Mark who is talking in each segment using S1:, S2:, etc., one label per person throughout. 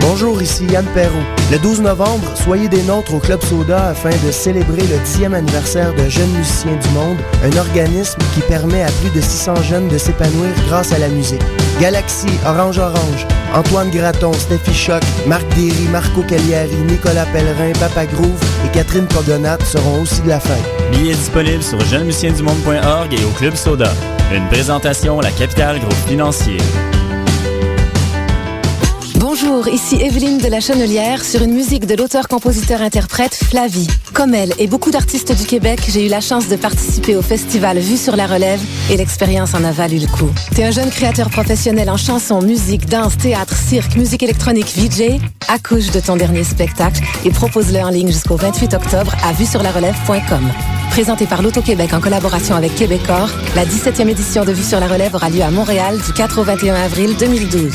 S1: Bonjour, ici Yann Perrault. Le 12 novembre, soyez des nôtres au Club Soda afin de célébrer le 10e anniversaire de Jeunes Musiciens du Monde, un organisme qui permet à plus de 600 jeunes de s'épanouir grâce à la musique. Galaxy, Orange Orange, Antoine Graton, Steffi Choc, Marc Derry, Marco Cagliari, Nicolas Pellerin, Papa Groove et Catherine Pogonat seront aussi de la fête.
S2: Billets disponibles sur jeunemusiciensdumonde.org et au Club Soda. Une présentation La Capitale Groupe Financier.
S3: Bonjour, ici Evelyne de la Chenelière sur une musique de l'auteur-compositeur-interprète Flavie. Comme elle et beaucoup d'artistes du Québec, j'ai eu la chance de participer au festival Vue sur la relève et l'expérience en a valu le coup. T'es un jeune créateur professionnel en chanson, musique, danse, théâtre, cirque, musique électronique, VJ Accouche de ton dernier spectacle et propose-le en ligne jusqu'au 28 octobre à vuesurlarelève.com. Présenté par l'Auto-Québec en collaboration avec Québecor, la 17e édition de Vue sur la relève aura lieu à Montréal du 4 au 21 avril 2012.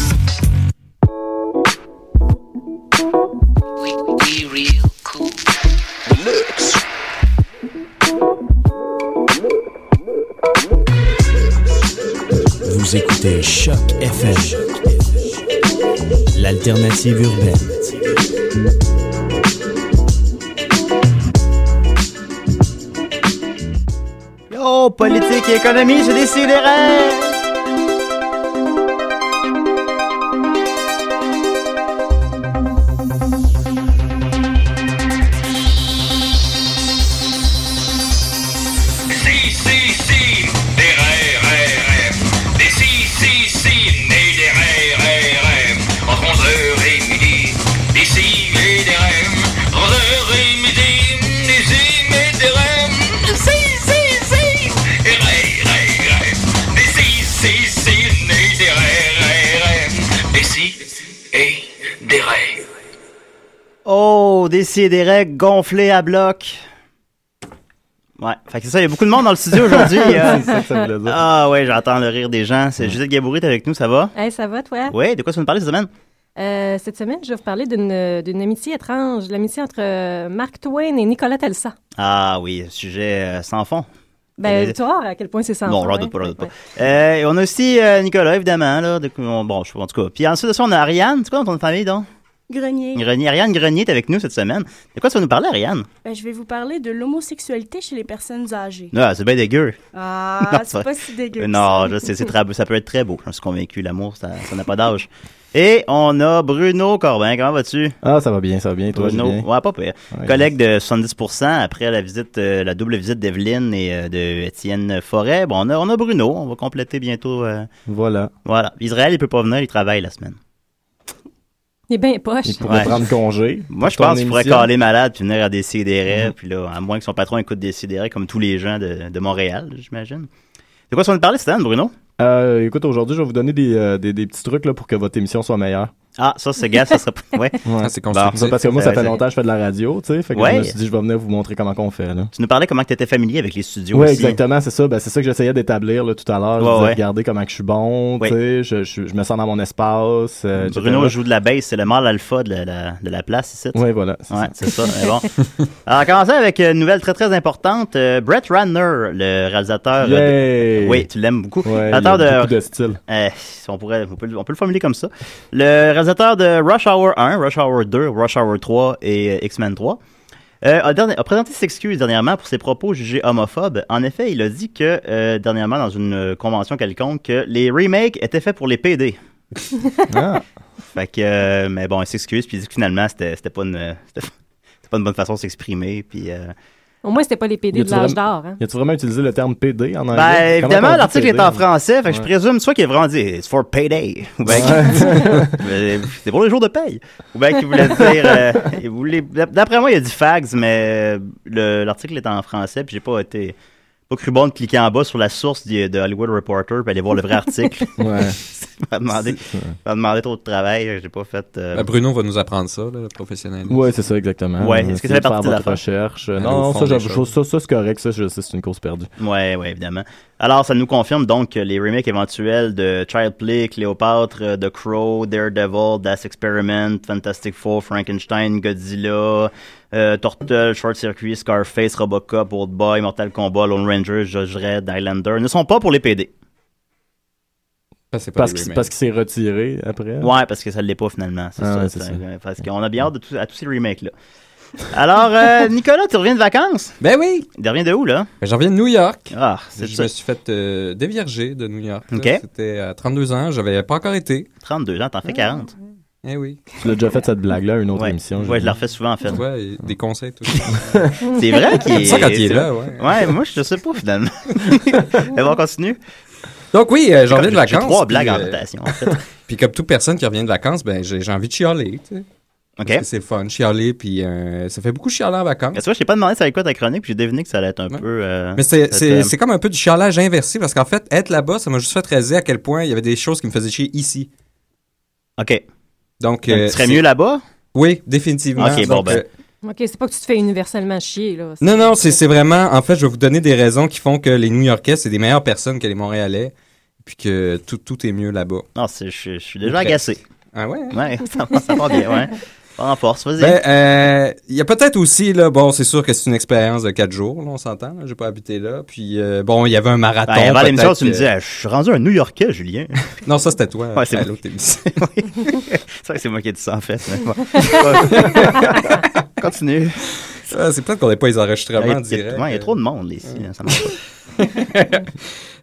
S4: Vous écoutez Choc FM, l'alternative urbaine.
S5: Yo, politique et économie, j'ai décidé.
S6: Si, si, si, des rêves, rêves, rêves. Des si, si, si, nés des rêves, rêves, rêves. Entre 11h et midi, des si et des rêves. Entre 11h et midi, des si et des rêves. Si, si, si, des rêves, rêves, rêves. Des si, si, si, nés des rêves, rêves, rêves. Des si et des rêves.
S5: Oh, des règles gonflés à bloc. Ouais, fait que c'est ça, il y a beaucoup de monde dans le studio aujourd'hui. euh.
S7: C'est ça que ça voulait dire.
S5: Ah ouais, j'entends le rire des gens. C'est Judith Gaboury, t'es avec nous, ça va?
S8: Hey, ça va, toi?
S5: Oui, de quoi tu veux nous parler cette semaine?
S8: Euh, cette semaine, je vais vous parler d'une euh, d'une amitié étrange, l'amitié entre euh, Mark Twain et Nicolas Telsa.
S5: Ah oui, sujet euh, sans fond.
S8: Ben,
S5: Euh,
S8: tu vois à quel point c'est ça.
S5: Bon, j'en doute pas, j'en doute pas. Euh, et on a aussi euh, Nicolas, évidemment, là. de- on- bon, je sais pas, en tout cas. Puis ensuite de ça, on a Ariane. C'est quoi dans ton famille, donc?
S9: Grenier.
S5: Grenier. Ariane Grenier est avec nous cette semaine. De quoi tu vas nous parler, Ariane?
S9: Ben, je vais vous parler de l'homosexualité chez les personnes âgées.
S5: Ah, c'est bien dégueu.
S9: Ah,
S5: Non,
S9: c'est pas si dégueu que
S5: Euh, Non,
S9: ça.
S5: je sais, c'est très beau. Ça peut être très beau. Je suis convaincu, l'amour, ça ça n'a pas d'âge. Et on a Bruno Corbin. Comment vas-tu?
S7: Ah, ça va bien, ça va bien. et Toi,
S5: Bruno,
S7: Julien?
S5: ouais, pas pire.
S7: Ouais.
S5: Collègue de 70% après la visite, euh, la double visite d'Evelyne et euh, de Étienne Forêt. Bon, on a, on a Bruno. On va compléter bientôt. euh,
S7: Voilà.
S5: voilà. Israël, il peut pas venir. Il travaille la semaine.
S8: Il est bien poche.
S7: Il pourrait
S5: Ouais.
S7: prendre congé.
S5: Moi, je
S7: Ton
S5: pense qu'il faudrait
S7: émission. Mm-hmm.
S5: caler malade puis venir à Décideret, puis là, à moins que son patron écoute Décideret comme tous les gens de, de Montréal, j'imagine. De quoi tu vas nous parler, Stan, Bruno?
S7: Euh, écoute, aujourd'hui, je vais vous donner des, euh, des, des petits trucs là, pour que votre émission soit meilleure.
S5: Ah, ça, c'est gars, ça serait... Ouais.
S10: Ah, c'est constructif.
S7: Ça, parce que moi, ça
S5: Euh,
S7: fait
S5: c'est-
S7: longtemps que je fais de la radio, tu sais. Fait que
S5: Ouais.
S7: je me suis dit, je vais venir vous montrer comment qu'on fait, là.
S5: Tu nous parlais comment tu étais familier avec les studios
S7: Oui,
S5: aussi.
S7: exactement, c'est ça. Ben, c'est ça que j'essayais d'établir là, tout à l'heure.
S5: Ouais,
S7: je disais,
S5: ouais.
S7: Regardez comment que je suis bon,
S5: Oui.
S7: tu sais, je, je, je me sens dans mon espace. euh, etc.
S5: Bruno joue de la bass, c'est le mâle alpha de la, la- de la place ici.
S7: Ouais, voilà. c'est
S5: Ouais, c'est ça. mais bon. Alors, commençons avec une nouvelle très très importante. Euh, Brett Ratner, le
S7: ça.
S5: réalisateur. euh, de-
S7: Yay!
S5: Oui, tu l'aimes beaucoup.
S7: Ouais,
S5: Attends
S7: il y a
S5: de-
S7: beaucoup de style.
S5: Euh, on, pourrait, on, peut, le- on peut le formuler comme ça. Le réalisateur de Rush Hour 1, Rush Hour 2, Rush Hour 3 et euh, X-Men 3 euh, a, dernier- a présenté ses excuses dernièrement pour ses propos jugés homophobes. En effet, il a dit que, euh, dernièrement, dans une euh, convention quelconque, que les remakes étaient faits pour les PD.
S7: Ah,
S5: Fait que, euh, mais bon, il s'excuse, puis il dit que finalement, c'était c'était pas une. euh, c'était pas- c'était pas une bonne façon de s'exprimer. Puis, euh,
S8: Au moins, c'était pas les
S7: Y
S8: PD de
S7: a-tu
S8: l'âge
S7: vraiment-
S8: d'or. hein.
S7: y a-tu vraiment utilisé le terme PD en
S5: Ben,
S7: anglais? Comment qu'on
S5: évidemment,
S7: dit
S5: l'article
S7: PD?
S5: est en français, fait que je
S7: Ouais.
S5: présume soit qu'il a vraiment dit It's for payday. Ou ben, qu'il- c'est pour les jours de paye. Ou bien qu'il voulait dire. euh, il voulait- D'après moi, il a dit fags, mais euh, le- l'article est en français, puis j'ai pas été. Pas cru bon de cliquer en bas sur la source du- de Hollywood Reporter puis aller voir le vrai article.
S7: Ouais.
S5: Ça m'a demandé, ça m'a demandé trop de travail, j'ai pas fait. euh,
S10: Ben, Bruno va nous apprendre ça, là, le professionnel.
S7: Ouais, c'est ça, exactement.
S5: Ouais,
S7: Euh,
S5: est-ce que ça fait
S7: essayez de faire
S5: partie de
S7: votre
S5: l'affaire?
S7: recherche? Euh,
S10: Aller au
S7: Non, non,
S10: fond
S7: ça,
S10: des
S7: je-
S10: choses.
S7: ça, ça, c'est correct. Ça, je sais, c'est une cause perdue.
S5: Ouais, ouais, évidemment. Alors, ça nous confirme donc que les remakes éventuels de Child Play, Cléopâtre, euh, The Crow, Daredevil, Das Experiment, Fantastic Four, Frankenstein, Godzilla, euh, Turtle, Short Circuit, Scarface, Robocop, Old Boy, Mortal Kombat, Lone Ranger, Judge Red, Highlander ne sont pas pour les PD.
S10: Ça, c'est pas
S7: Parce
S10: des
S7: qu'il
S10: remakes.
S7: parce qu'il s'est retiré après.
S5: Ouais, parce que ça ne l'est pas finalement. C'est
S7: Ah
S5: ça,
S7: ouais, c'est
S5: c'est-
S7: ça.
S5: euh, Parce qu'on a bien hâte de tout- à tous ces remakes-là. Alors, euh, Nicolas, tu reviens de vacances?
S10: Ben oui!
S5: Tu reviens de où, là?
S10: Ben, J'en viens de New York.
S5: Ah, c'est
S10: Je
S5: ça.
S10: me suis fait euh, dévierger de New York. là.
S5: Ok.
S10: C'était à 32 ans. J'avais pas encore été.
S5: 32 ans, t'en fais 40.
S10: Eh oui.
S7: Tu l'as déjà fait cette blague-là, à une autre
S5: Ouais.
S7: émission.
S5: Ouais, je la refais souvent, en fait.
S10: Ouais, et des conseils, tout
S5: C'est vrai qu'il est...
S10: ça quand il est
S5: c'est-
S10: là, ouais.
S5: Ouais, moi, je sais pas, finalement. Mais bon, on continue.
S10: Donc oui, euh, j'en reviens de
S5: J'ai
S10: vacances.
S5: trois
S10: puis,
S5: blagues en
S10: euh,
S5: rotation, en fait.
S10: Puis comme toute personne qui revient de vacances, ben j'ai j'ai envie de chialer, tu sais. Parce
S5: OK.
S10: que c'est le fun, chialer, puis euh, ça fait beaucoup chialer en vacances.
S5: Mais tu vois, je t'ai pas demandé ça allait être quoi ta chronique, puis j'ai deviné que ça allait être un
S10: Ouais.
S5: peu... euh,
S10: Mais c'est-
S5: ça
S10: c'est
S5: allait
S10: c'est comme un peu du chialage inversé, parce qu'en fait, être là-bas, ça m'a juste fait réaliser à quel point il y avait des choses qui me faisaient chier ici.
S5: être- OK.
S10: Donc,
S5: Donc,
S10: euh,
S5: tu serais
S10: c'est-
S5: mieux là-bas?
S10: Oui, définitivement.
S5: Ok, bon,
S10: Donc,
S5: ben.
S10: euh,
S8: OK, c'est pas que tu te fais universellement chier, là.
S10: non, non, c'est c'est vraiment... En fait, je vais vous donner des raisons qui font que les New-Yorkais, c'est des meilleures personnes que les Montréalais, puis que tout, tout est mieux là-bas.
S5: Non, c'est- je je suis déjà
S10: Ok.
S5: agacé.
S10: Ah ouais? hein?
S5: Ouais, ça, va- ça va bien, ouais. En force, vas-y.
S10: Ben, euh, il y a peut-être aussi, là, bon, c'est sûr que c'est une expérience de quatre jours, là, on s'entend, là, j'ai pas habité là, puis euh, bon, il y avait un marathon.
S5: Ben, avant l'émission,
S10: peut-être
S5: tu me
S10: que-
S5: disais, je suis rendu un New Yorkais, Julien.
S10: Non, ça, c'était toi,
S5: Ouais, c'est
S10: à
S5: moi.
S10: l'autre émission.
S5: Oui. c'est vrai que c'est moi qui ai dit ça, en fait. mais bon. Ouais. Continue.
S10: Ah, c'est peut-être qu'on n'ait pas les
S5: Ah, Il y,
S10: enregistrements
S5: a, il y a-
S10: direct.
S5: ouais, il y a trop de monde, ici. hein, ça marche pas.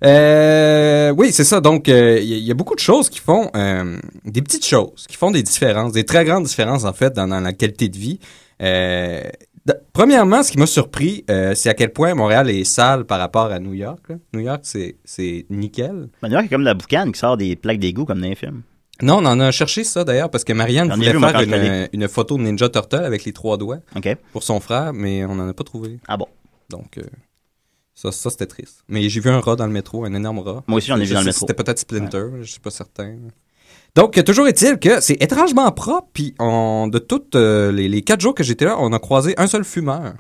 S10: Euh, oui, c'est ça. Donc, euh, il y, a- il y a beaucoup de choses qui font euh, des petites choses, qui font des différences, des très grandes différences en fait dans, dans la qualité de vie. Euh, d- premièrement, ce qui m'a surpris, euh, c'est à quel point Montréal est sale par rapport à New York. là. New York, c'est c'est nickel.
S5: Ben, New York est comme la boucane qui sort des plaques d'égout comme dans les films.
S10: Non, on en a cherché ça d'ailleurs parce que Marianne
S5: J'en ai
S10: voulait
S5: vu, moi,
S10: faire
S5: quand je suis
S10: une, une photo de Ninja Turtle avec les trois doigts
S5: OK.
S10: pour son frère, mais on n'en a pas trouvé.
S5: Ah bon.
S10: Donc, euh, ça, ça c'était triste. Mais j'ai vu un rat dans le métro, un énorme rat.
S5: Moi aussi, j'en ai
S10: Je
S5: vu dans le
S10: sais,
S5: métro.
S10: C'était peut-être Splinter, je suis pas certain. Donc, euh, toujours est-il que c'est étrangement propre, puis on, de tous les, les quatre jours que j'étais là, on a croisé un seul fumeur. De-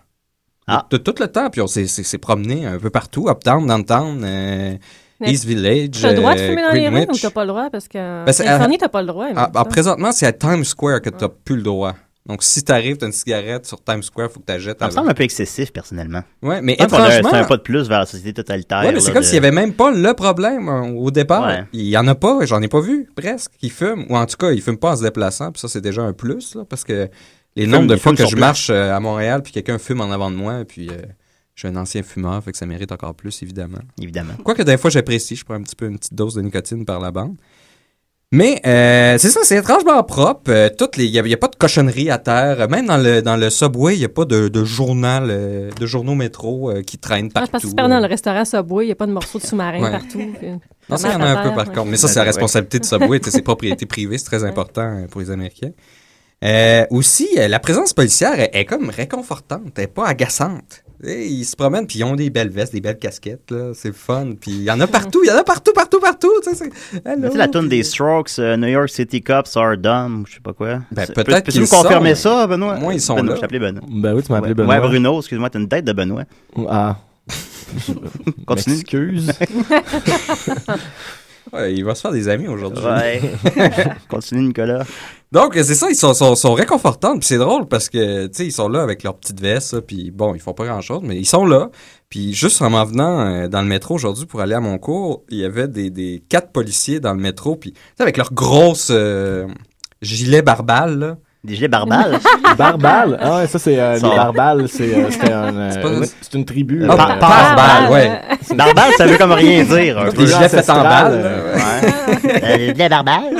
S5: Ah.
S10: De, tout le temps, puis on s'est- s'est s'est promené un peu partout, uptown, downtown, euh,
S8: Mais
S10: East Village,
S8: T'as le droit de
S10: euh,
S8: fumer dans les rues
S10: Greenwich.
S8: ou t'as pas le droit? Parce qu'en
S10: Ben, c'est-
S8: Californie, t'as pas le droit.
S10: Ah,
S8: mais
S10: ah,
S8: ça.
S10: présentement, c'est à Times Square que t'as plus le droit. Donc, si t'arrives, t'as une cigarette sur Times Square, faut que t'achètes.
S5: Ça me semble un peu excessif, personnellement.
S10: Ouais, mais
S5: C'est un,
S10: étrangement,
S5: c'est un pas de plus vers la société totalitaire.
S10: Ouais, mais c'est
S5: là,
S10: comme
S5: de-
S10: s'il n'y avait même pas le problème hein, au départ.
S5: Ouais.
S10: Il n'y en a pas, j'en ai pas vu, presque, qui fument. Ou en tout cas, ils fument pas en se déplaçant, puis ça, c'est déjà un plus, là, parce que les nombres
S5: fument-
S10: de
S5: ils
S10: fois
S5: fument
S10: que
S5: sur
S10: je
S5: place.
S10: marche euh, à Montréal, puis quelqu'un fume en avant de moi, puis euh, je suis un ancien fumeur, fait que ça mérite encore plus, évidemment.
S5: Évidemment.
S10: Quoique, des fois, j'apprécie, je prends un petit peu une petite dose de nicotine par la bande. Mais euh, c'est ça, c'est étrangement propre. Euh, toutes les, il n'y a, il y a pas de cochonnerie à terre. Euh, Même dans le dans le subway, il n'y a pas de, de journal, euh, de journaux métro euh, qui traînent
S8: Ah,
S10: partout.
S8: je pense que c'est pas dans le restaurant Subway, il n'y a pas de morceaux de sous-marin
S10: Ouais.
S8: partout. puis-
S10: Non, ça, il y en a
S8: Marche à
S10: un peu
S8: terre,
S10: par
S8: ouais.
S10: contre. Mais ça, c'est la responsabilité de Subway. tu sais, c'est propriété privée, c'est très important euh, pour les Américains. Euh, aussi, euh, la présence policière est, est comme réconfortante, elle est pas agaçante. Tu sais, ils se promènent, puis ils ont des belles vestes, des belles casquettes, là, c'est le fun. Puis il y en a partout, il y en a partout, partout, partout. Tu sais, c'est-
S5: Tu
S10: Hello.
S5: sais, la tune des Strokes, euh, New York City Cops are dumb, ou je sais pas quoi.
S10: Ben,
S5: C'est-
S10: peut-être
S5: peux- Peux-tu
S10: qu'ils
S5: nous confirmer
S10: sont,
S5: ça, Benoît?
S10: au moins, ils sont
S5: Benoît,
S10: là.
S5: Je t'appelais Benoît.
S7: Ben oui, tu m'as appelé
S5: Ouais,
S7: Benoît.
S5: Ouais, Bruno, excuse-moi, t'as une tête de Benoît.
S7: Ah.
S5: Continue.
S7: Excuse.
S10: Ouais, il va se faire des amis aujourd'hui.
S5: Ouais. Continue, Nicolas.
S10: Donc, euh, c'est ça, ils sont, sont, sont réconfortants. Puis c'est drôle parce que, tu sais, ils sont là avec leur petite veste. là, Puis bon, ils font pas grand-chose, mais ils sont là. Puis juste en m'en venant euh, dans le métro aujourd'hui pour aller à mon cours, il y avait des, des quatre policiers dans le métro. Puis, tu sais, avec leur grosse euh, gilet barbale, là.
S5: Des gilets barbales.
S7: Barbal. Ah ouais, ça c'est euh, les
S5: Ça va.
S7: Barbales, c'est euh, c'était un, euh,
S10: C'est pas-
S7: une- c'est une tribu.
S5: Ah,
S7: euh,
S5: par-
S8: Ah,
S10: Barbale,
S8: bah,
S10: ouais.
S8: euh,
S5: Barbales, ça veut comme rien dire. un
S10: Des
S5: peu.
S7: peu
S10: gilets faits en balle.
S7: ancestral, euh,
S10: là.
S5: Euh, Des gilets barbales.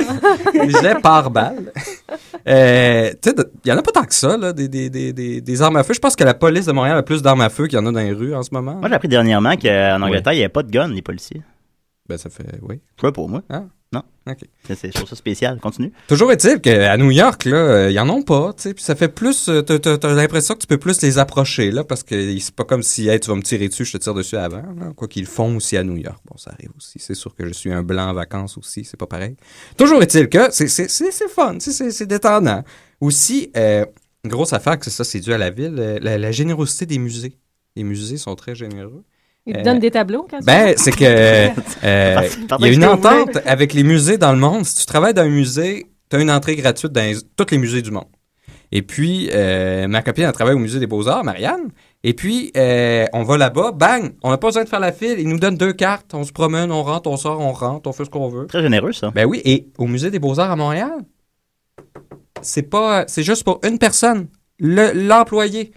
S10: des gilets par balle. Euh, tu sais, de- il y en a pas tant que ça, là, des, des, des, des, des armes à feu. Je pense que la police de Montréal a plus d'armes à feu qu'il y en a dans les rues en ce moment.
S5: Moi, j'ai appris dernièrement qu'en Angleterre, il n'y avait pas de gun, les policiers.
S10: Ben, ça fait, oui.
S5: Pas pour moi.
S10: Ah.
S5: Non.
S10: OK.
S5: C'est- C'est je trouve ça spécial. Continue.
S10: Toujours est-il qu'à New York, là, euh, ils en ont pas, tu sais, puis ça fait plus, euh, t'as, t'as- t'as l'impression que tu peux plus les approcher, là, parce que c'est pas comme si, hey, tu vas me tirer dessus, je te tire dessus avant, là. quoi qu'ils le font aussi à New York. Bon, ça arrive aussi, c'est sûr que je suis un blanc en vacances aussi, c'est pas pareil. Toujours est-il que c'est, c'est, c'est, c'est fun, tu sais, c'est, c'est détendant. Aussi, euh, grosse affaire que c'est ça, c'est dû à la ville, euh, la, la générosité des musées. Les musées sont très généreux.
S8: Ils te
S10: Euh,
S8: donnent des tableaux quand tu
S10: Ben, c'est que euh,
S5: Pardon,
S10: il y a
S5: je
S10: une
S5: t'ai
S10: entente avec les musées dans le monde. Si tu travailles dans un musée, tu as une entrée gratuite dans les- tous les musées du monde. Et puis, euh, ma copine, elle travaille au musée des beaux-arts, Marianne, Et puis, euh, on va là-bas, bang, on n'a pas besoin de faire la file, ils nous donnent deux cartes, on se promène, on rentre, on sort, on rentre, on fait ce qu'on veut.
S5: Très généreux, ça.
S10: Ben oui, et au Musée des Beaux-Arts à Montréal, c'est pas, c'est juste pour une personne, le- l'employé.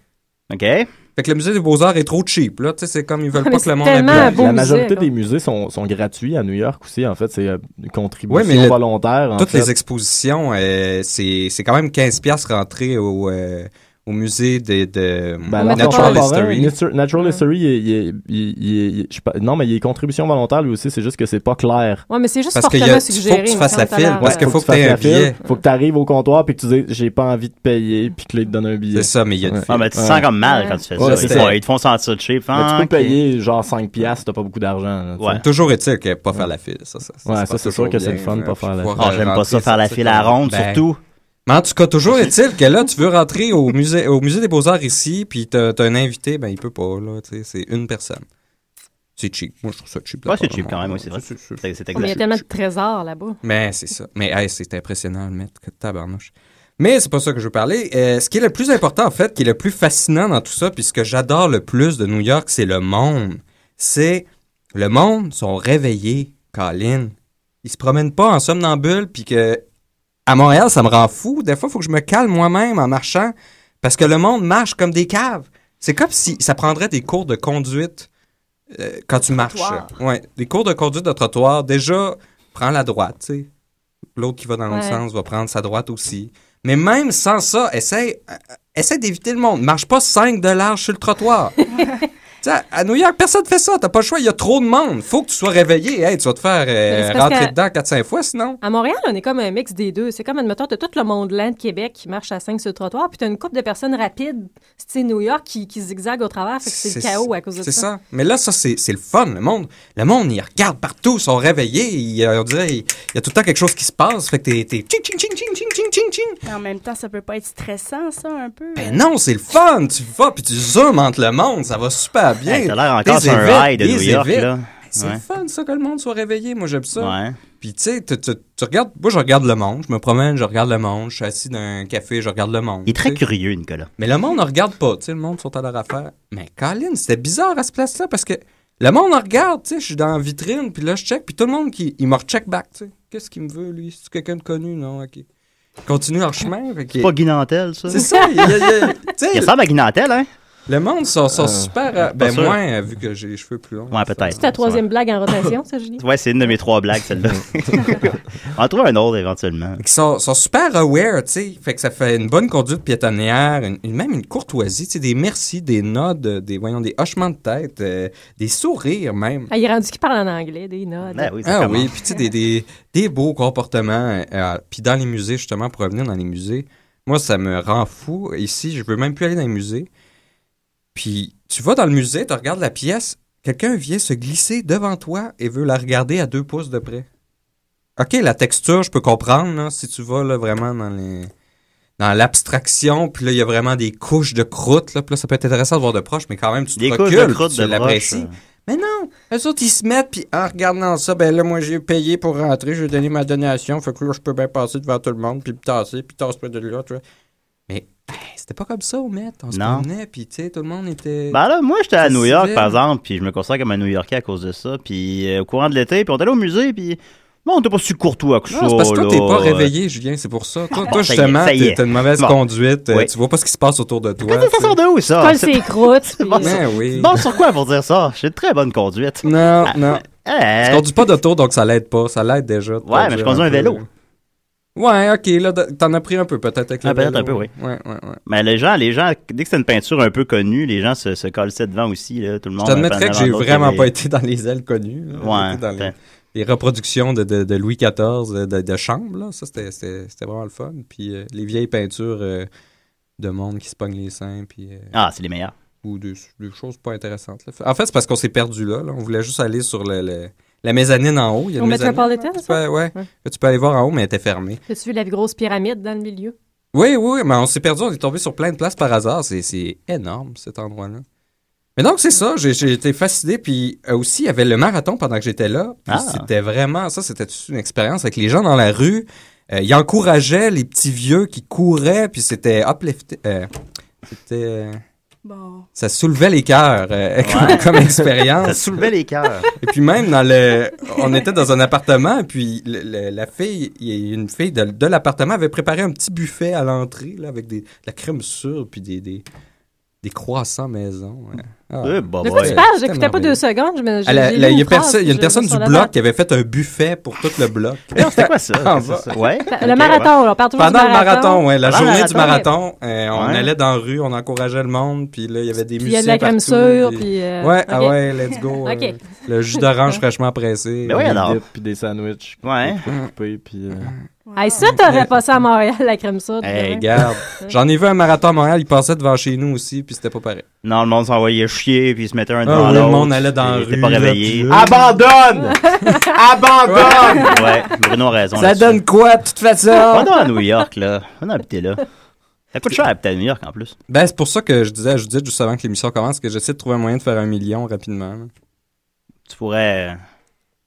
S5: OK. Ah, Fait
S10: que le Musée des Beaux-Arts est trop cheap, là, tu sais, c'est comme ils veulent pas
S7: Ah, mais
S10: que le
S7: c'est
S10: monde
S7: tellement
S10: applaudisse.
S7: un beau La majorité musée, là. des musées sont, sont gratuits à New York aussi. En fait, c'est euh, une contribution
S10: Ouais, mais le-
S7: volontaire. en
S10: Toutes
S7: fait.
S10: les expositions, euh, c'est c'est quand même 15 piastres rentrée au, euh, au musée de, de
S7: Ben, l'art contemporain, Nature- Natural History, il est- il est- il- il- il- je sais pas- non, mais il est contribution volontaire lui aussi, c'est juste que c'est pas clair.
S8: Ouais, mais c'est juste Parce qu'il y a- fortement faut que suggéré, tu il me fasses la semble, file,
S7: Ouais,
S10: parce que faut que
S7: tu
S10: t'aies
S7: fasses
S10: un
S7: la file,
S10: billet.
S7: Faut que t'arrives au comptoir puis que tu dis j'ai pas envie de payer puis que là, ils te donnent un billet.
S10: C'est ça, mais il y a une
S5: Ah, mais tu te sens comme mal quand tu fais
S7: Ouais,
S5: ça. Ils
S7: c'est
S5: te font- Ils te font sentir cheap.
S7: Mais tu
S5: Ah,
S7: peux
S5: ok.
S7: payer genre 5 piastres, t'as pas beaucoup d'argent. là, tu sais.
S5: ben.
S10: C'est Toujours est-il que pas faire la file, ça, ça,
S7: Ouais,
S10: se
S7: ça,
S10: passe
S7: c'est sûr
S10: toujours
S7: que c'est
S10: bien,
S7: le fun de pas
S10: puis
S7: faire la
S10: pouvoir
S7: file. Ah, j'aime pas
S10: rentrer,
S5: ça, faire la
S10: sortir
S5: file à
S10: comme-
S5: ronde, surtout.
S10: Ben, Mais en tout cas, toujours est-il que là, tu veux rentrer au musée, au musée des Beaux-Arts ici, puis t'as t'as un invité, ben il peut pas, là, tu sais, c'est une personne. C'est cheap. Moi, je trouve ça cheap.
S5: Ouais,
S10: là,
S5: c'est
S10: pas
S5: cheap
S10: vraiment.
S5: quand même, oui, c'est vrai. C'est c'est
S8: Mais il y a
S5: exact.
S8: tellement de trésors là-bas.
S10: Mais c'est ça. Mais hey, c'est impressionnant, le maître. Que tabarnouche. Mais c'est pas ça que je veux parler. Euh, ce qui est le plus important, en fait, qui est le plus fascinant dans tout ça, puis ce que j'adore le plus de New York, c'est le monde. C'est le monde sont réveillés, Colin. Ils se promènent pas en somnambule, puis que à Montréal, ça me rend fou. Des fois, il faut que je me calme moi-même en marchant parce que le monde marche comme des caves. C'est comme si ça prendrait des cours de conduite euh, quand tu marches.
S6: Trottoir.
S10: Ouais, des cours de conduite de trottoir. Déjà, prends la droite, tu sais. L'autre qui va dans l'autre
S6: Ouais.
S10: sens va prendre sa droite aussi. Mais même sans ça, essaye, euh, essaye d'éviter le monde. Marche pas 5 de large sur le trottoir. Tu sais, à New York, personne fait ça. T'as pas le choix. Il y a trop de monde. Faut que tu sois réveillé. Hey, tu vas te faire euh,
S8: Mais c'est parce
S10: rentrer
S8: que-
S10: dedans 4-5 fois sinon.
S8: À Montréal, on est comme un mix des deux. C'est comme, admettons, t'as tout le monde lent de Québec qui marche à 5 sur le trottoir, puis t'as une couple de personnes rapides, style New York, qui, qui zigzagent au travers, fait que c'est le chaos à cause de ça.
S10: C'est ça. Mais là, ça, c'est c'est le fun. Le monde, le monde, il regarde partout, ils sont réveillés. Il, euh, on dirait, il, il y a tout le temps quelque chose qui se passe. Fait que t'es- t'es. tching, tching, tching, tching, tching, tching, tching, tching.
S9: Mais En même temps, ça peut pas être stressant, ça, un peu.
S10: Ben non, c'est le fun. Tu vas, puis tu zoomes entre le monde. Ça va super bien.
S5: Hey, t'as l'air encore
S10: Des
S5: sur un
S10: événements,
S5: ride de
S10: des
S5: New York,
S10: événements.
S5: là.
S10: C'est
S5: Ouais.
S10: le fun, ça, que le monde soit réveillé. Moi, j'aime ça.
S5: Ouais.
S10: Puis, tu sais, tu, tu- tu regardes. Moi, je regarde le monde. Je me promène, je regarde le monde. Je suis assis dans un café, je regarde le monde.
S5: Il est très
S10: tu sais.
S5: curieux, Nicolas.
S10: Mais le monde ne regarde pas. Tu sais, le monde sont à leur affaire. Mais Colin, c'était bizarre à ce place-là parce que le monde en regarde. Tu sais, je suis dans la vitrine, puis là, je check, puis tout le monde, qui, il me recheck back. Tu sais, qu'est-ce qu'il me veut, lui C'est quelqu'un de connu Non, ok. Ils continuent leur chemin. fait que-
S5: C'est pas Guy Nantel, ça.
S10: C'est ça. Il, y a- il y a- tu sais,
S5: Il ressemble à Guy Nantel, hein?
S10: le monde sont, sont
S5: Euh,
S10: super.
S5: je
S10: euh,
S5: suis pas
S10: Ben,
S5: sûr.
S10: moi, euh, vu que j'ai les cheveux plus longs.
S5: Ouais, peut-être.
S8: C'est ta troisième blague en rotation, ça, Julie?
S5: Ouais, c'est une de mes trois blagues, celle-là. On en trouve un autre éventuellement.
S10: Ils sont, sont super aware, tu sais. Fait que ça fait une bonne conduite piétonnière, une- une- même une courtoisie, tu sais, des merci, des nodes, des, voyons, des hochements de tête, euh, des sourires même.
S8: Ah, il est rendu qui parle en anglais, des notes.
S5: Ben
S10: ah oui, puis tu sais, des, des, des beaux comportements. euh, puis dans les musées, justement, pour revenir dans les musées, moi, ça me rend fou. Ici, je veux même plus aller dans les musées. Puis tu vas dans le musée, tu regardes la pièce, quelqu'un vient se glisser devant toi et veut la regarder à deux pouces de près. OK, la texture, je peux comprendre, là, si tu vas là, vraiment dans les... Dans l'abstraction, puis là, il y a vraiment des couches de croûte. Là, puis là, ça peut être intéressant de voir de proche, mais quand même, tu te
S5: Des couches
S10: recules,
S5: de
S10: puis
S5: croûte
S10: tu
S5: de hein.
S10: l'apprécies.
S5: broche,
S10: Mais non, eux autres, ils se mettent, puis en regardant ça, ben là, moi, j'ai payé pour rentrer, j'ai donné ma donation, fait que là, je peux bien passer devant tout le monde, puis me tasser, puis tasse pas de là, tu vois. Mais ben, c'était pas comme ça au Met, on se
S5: Non.
S10: promenait, puis tu sais, tout le monde était...
S5: Ben là, moi, j'étais à
S10: était
S5: New York,
S10: civil.
S5: par exemple, puis je me considère comme un New Yorkais à cause de ça. Puis euh, au courant de l'été, puis on est allé au musée, puis bon, on était pas si courtois que ça.
S10: Non, c'est parce que toi,
S5: là.
S10: t'es pas réveillé, Julien, c'est pour ça. Toi,
S5: Ah,
S10: toi
S5: ça y est,
S10: justement,
S5: ça y
S10: t'es-
S5: est.
S10: t'as une mauvaise
S5: Bon.
S10: conduite, euh,
S5: Oui.
S10: tu vois pas ce qui se passe autour de toi.
S5: Ça
S10: hein, tu sais.
S5: sort de où, ça?
S8: Colle
S5: ah, C'est-
S8: ses croûtes. puis-
S5: Bon,
S10: Ben
S5: sur-
S10: oui.
S5: bon, sur quoi pour dire ça? J'ai de très bonne conduite.
S10: Non, non.
S5: Ah,
S10: Tu conduis pas d'auto, donc ça l'aide pas. Ça l'aide déjà. de
S5: Ouais, mais je conduis un
S10: peu.
S5: vélo.
S10: Ouais, ok, là, de- t'en as pris un peu peut-être avec le
S5: Ah, peut-être
S10: vélo.
S5: un peu, oui.
S10: Ouais, ouais, ouais.
S5: Mais les gens, les gens, dès que c'est une peinture un peu connue, les gens se, se collaient devant aussi, là, tout le
S10: Je
S5: monde.
S10: t'admettrais que j'ai vraiment pas
S5: été
S10: été dans les ailes connues. là. J'ai
S5: Ouais,
S10: été dans les, les reproductions de, de- de Louis XIV euh, de, de chambre, là. Ça, c'était- c'était c'était vraiment le fun. Puis euh, les vieilles peintures euh, de monde qui se pogne les seins. Puis, euh,
S5: Ah, c'est les meilleurs.
S10: Ou des, des choses pas intéressantes. là. En fait, c'est parce qu'on s'est perdu là, là. On voulait juste aller sur le- le- la mezzanine en haut. Il y a
S8: Au
S10: une mezzanine,
S8: Metropolitan,
S10: là, tu
S8: ça?
S10: peux- ouais,
S8: Ouais.
S10: que tu peux aller voir en haut, mais elle était fermée.
S8: As-tu vu la grosse pyramide dans le milieu?
S10: Oui, oui, mais on s'est perdu, on est tombé sur plein de places par hasard. C'est- C'est énorme, cet endroit-là. Mais donc, c'est ça, j'ai j'ai été fasciné. Puis euh, aussi, il y avait le marathon pendant que j'étais là. Puis
S5: Ah.
S10: C'était vraiment, ça, c'était toute une expérience avec les gens dans la rue. Euh, ils encourageaient les petits vieux qui couraient, puis c'était uplifté. euh, c'était. euh,
S9: Bon.
S10: Ça soulevait les cœurs euh, comme, comme expérience.
S5: Ça soulevait les cœurs.
S10: Et puis même dans le, on était dans un appartement, et puis le- le- la fille, il y a une fille de, de l'appartement avait préparé un petit buffet à l'entrée là avec des, de la crème sûre puis des des, des croissants maison. ouais. Ah.
S5: Eh, bah,
S8: De quoi tu
S10: Ouais,
S8: parles?
S10: c'était
S8: J'écoutais pas
S10: merveilleux.
S8: deux secondes. je me- j'ai-
S10: Elle a- là,
S8: j'ai lu
S10: il Ah, y a,
S8: une phrase,
S10: perso- il y a une
S8: je-
S10: personne
S8: sur
S10: du
S8: la
S10: bloc
S8: barre.
S10: qui avait fait un buffet pour tout le bloc.
S5: Eh non, C'était quoi ça?
S10: Ah,
S5: C'est ça. Ouais.
S8: Le
S5: Ok,
S8: marathon, là, on parle toujours
S10: Pendant
S8: du
S10: le marathon, ouais, la
S5: Pendant le
S10: journée du
S8: marathon,
S10: marathon, euh, on
S5: Ouais.
S10: allait dans la rue, on encourageait le monde, puis là, il y avait des
S8: Puis il y
S10: musiciens
S8: a de la crème
S10: partout,
S8: sûre,
S10: puis-
S8: puis... euh,
S10: Ouais,
S8: ok.
S10: ah ouais, let's go. euh,
S8: Ok.
S10: le jus d'orange fraîchement pressé.
S5: Ben oui,
S7: Des
S5: alors.
S7: dips, puis des sandwichs.
S5: Ouais.
S7: puis des coupés, puis, euh,
S8: Hey, Ah, ça, t'aurais pas ça à Montréal, la crème soude.
S10: Hey, regarde. J'en ai vu un marathon à Montréal, il passait devant chez nous aussi, puis c'était pas pareil.
S5: Non, le monde s'envoyait chier, puis ils se mettait un
S10: Ah
S5: devant
S10: oui, le
S5: l'autre.
S10: monde allait dans la
S5: Ils étaient
S10: rue,
S5: pas
S10: là,
S5: réveillés.
S10: puis- euh,
S5: Abandonne!
S10: Abandonne!
S5: Ah, ouais, Bruno a raison.
S10: Ça
S5: là-dessus.
S10: donne quoi, de toute façon?
S5: Pas à New York, là. On a habité là. Ça coûte cher à habiter à New York, en plus.
S10: Ben, c'est pour ça que je disais à Judith juste avant que l'émission commence que j'essaie de trouver un moyen de faire un million rapidement. là.
S5: Tu pourrais euh,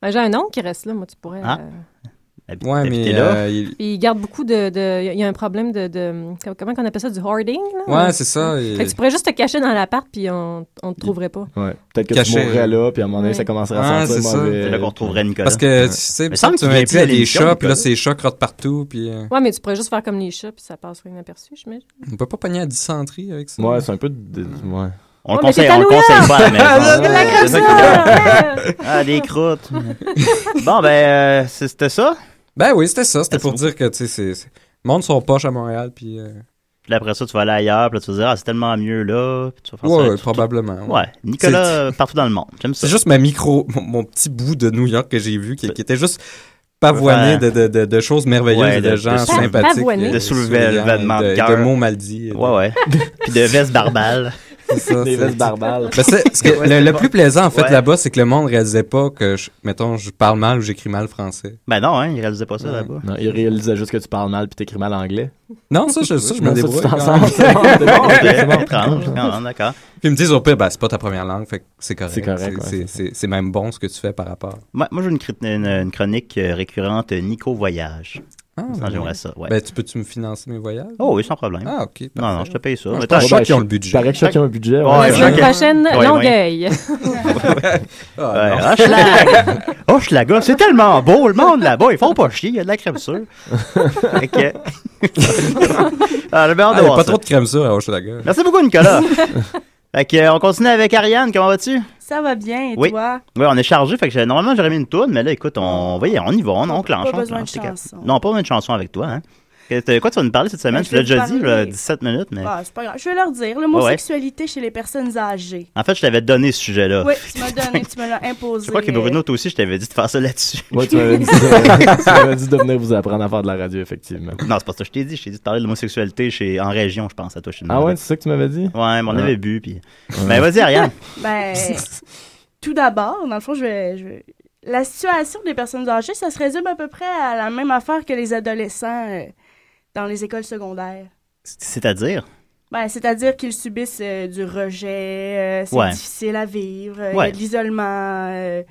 S8: Ben, J'ai un oncle qui reste là, moi, tu pourrais...
S10: Hein?
S5: Ah.
S8: euh,
S5: habiter,
S10: Ouais,
S5: habiter
S10: mais.
S5: là.
S10: euh, il-
S8: Puis il garde beaucoup de... de- Il y a un problème de... de- Comment on appelle ça? Du hoarding, là?
S10: Ouais, c'est ça. il-
S8: Fait que tu pourrais juste te cacher dans l'appart, puis on, on te trouverait pas.
S7: ouais. Peut-être que
S10: Caché.
S7: tu mourrais là, puis à un moment donné,
S8: Ouais.
S7: ça commencerait à euh,
S10: Ah,
S7: sentir
S10: c'est ça.
S7: mauvais.
S5: C'est là qu'on retrouverait Nicolas.
S10: Parce que, tu sais,
S5: me semble
S10: tu
S5: qu'il vient
S10: m'as
S5: plus
S10: dit
S5: à
S10: à des
S5: l'émission,
S10: chats, puis là,
S5: Nicolas.
S10: ces chats crottent partout, puis euh,
S8: Ouais, mais tu pourrais juste faire comme les chats, puis ça passe rien aperçu, j'imagine.
S10: on peut pas pogner à dysenterie avec ça.
S7: Ouais, c'est un peu. de- de- ouais.
S5: On
S8: Ouais,
S5: le
S8: mais c'est
S5: conseille,
S8: à
S5: on le
S8: New
S5: conseille pas à la
S10: Ah,
S5: maison.
S10: la
S5: C'est ça qu'il
S8: Ah!
S5: faut. Ah, des croûtes. bon, ben, euh, c'est- c'était ça.
S10: Ben oui, c'était ça. C'était
S5: Merci
S10: pour
S5: beaucoup.
S10: dire que, tu sais, c'est- c'est- le monde sont poches à Montréal, puis. euh,
S5: Puis après ça, tu vas aller ailleurs, puis là, tu vas dire, ah, c'est tellement mieux là. Puis tu vas faire ça.
S10: Ouais,
S5: tout-
S10: ouais,
S5: tout-
S10: probablement. ouais.
S5: Ouais, Nicolas, euh, partout dans le monde. J'aime ça.
S10: C'est juste ma micro, mon, mon petit bout de New York que j'ai vu qui, qui était juste pavoiné de,
S5: Ouais.
S10: de, de, de choses merveilleuses
S5: Ouais,
S10: et de,
S5: de-
S10: gens
S5: de sou-
S10: sympathiques.
S8: Pavoiné.
S10: euh,
S5: De soulever-
S10: souriants,
S5: soulèvement de
S10: de,
S5: cœur.
S10: de mots mal dits. euh,
S5: Ouais, ouais. puis de veste barbale.
S10: c'est ça,
S7: Des
S10: c'est-
S7: vestes barbales.
S10: Ben, c'est- ce que-
S5: Ouais,
S10: le,
S5: c'est
S10: le
S5: bon.
S10: plus plaisant, en fait,
S5: Ouais.
S10: là-bas, c'est que le monde réalisait pas que, je, mettons, je parle mal ou j'écris mal français.
S5: Ben non, hein, il réalisait pas ça
S10: Ouais.
S5: là-bas.
S7: Non, il réalisait juste que tu parles mal puis t'écris mal anglais.
S10: Non, ça, je, ça, je me
S7: Non, ça,
S10: débrouille.
S7: tu t'en
S10: quand
S7: sors,
S10: même.
S7: c'est bon, c'est
S10: Oh,
S7: bon, c'est bon.
S5: Étrange, non, d'accord.
S10: Puis ils me disent au pire, ben, c'est pas ta première langue, fait que c'est correct.
S7: C'est correct, ouais,
S10: c'est-
S7: c'est
S10: c'est- C'est même bon ce que tu fais par rapport.
S5: Moi, moi j'ai une, crit- une- une chronique euh, récurrente, euh, Nico Voyage.
S10: Ah,
S5: Ça, J'aimerais ça, ouais.
S10: Ben, tu peux-tu me financer mes voyages?
S5: Oh oui, sans problème.
S10: Ah, ok.
S5: non, non,
S10: parfait.
S5: je te paye ça.
S10: Ah,
S5: Mais
S10: je
S5: attends,
S10: pense
S5: ben, je-
S10: pas qu'ils ont le budget.
S7: Il paraît que chacun a un budget. ouais.
S5: Ouais,
S8: La semaine
S5: ouais.
S8: prochaine,
S5: Ouais,
S8: Longueuil.
S10: Ah, non.
S5: Ouais, Hochelaga. Hochelaga, Oh, c'est tellement beau, le monde là-bas, ils font pas chier, il y a de la crème sûre. Fait que- ah, j'avais hâte
S10: Ah, y a
S5: de voir
S10: pas
S5: ça.
S10: trop de crème sûre à Hochelaga.
S5: Merci beaucoup, Nicolas. fait que, euh, on continue avec Ariane, comment vas-tu?
S9: Ça va bien, et
S5: Oui.
S9: toi?
S5: Oui, on est chargé, fait que j'ai- normalement j'aurais mis une tourne, mais là, écoute, on, voyez, on y va, on, on clenche. on
S9: besoin de
S5: clenche, t'es capable.
S9: chanson.
S5: Non, pas besoin de chanson avec toi. Hein. Que- t'as- Quoi tu vas nous parler cette semaine?
S9: Ben, je
S5: tu l'as
S9: vais
S5: déjà
S9: vous
S5: dit,
S9: parler.
S5: là, 17 minutes, mais...
S9: Ah, c'est pas grave. Je vais leur dire l'homosexualité chez les personnes âgées.
S5: En fait, je t'avais donné ce sujet-là.
S9: Oui, tu m'as donné, tu me l'as
S5: Je
S9: imposé.
S5: crois que Bruno, toi aussi, je t'avais dit de faire ça là-dessus.
S7: Ouais, tu m'avais dit, tu m'avais dit de venir vous apprendre à faire de la radio, effectivement.
S5: Non, c'est pas ça que je t'ai dit. Je t'ai dit de parler de l'homosexualité chez... en région, je pense, à toi. Chez nous.
S7: Ah ouais, c'est ça que tu m'avais dit?
S5: Ouais, mais on
S7: Ouais.
S5: avait bu, puis... Ben, vas-y, Ariane.
S9: Ben, tout d'abord, dans le fond, je vais, je vais- La situation des personnes âgées, ça se résume à peu près à la même affaire que les adolescents euh, dans les écoles secondaires.
S5: C'est-à-dire?
S9: Ben, c'est-à-dire qu'ils subissent euh, du rejet, euh, c'est
S5: Ouais.
S9: difficile à vivre, euh, il y
S5: Ouais.
S9: a de l'isolement. euh,
S5: Il y a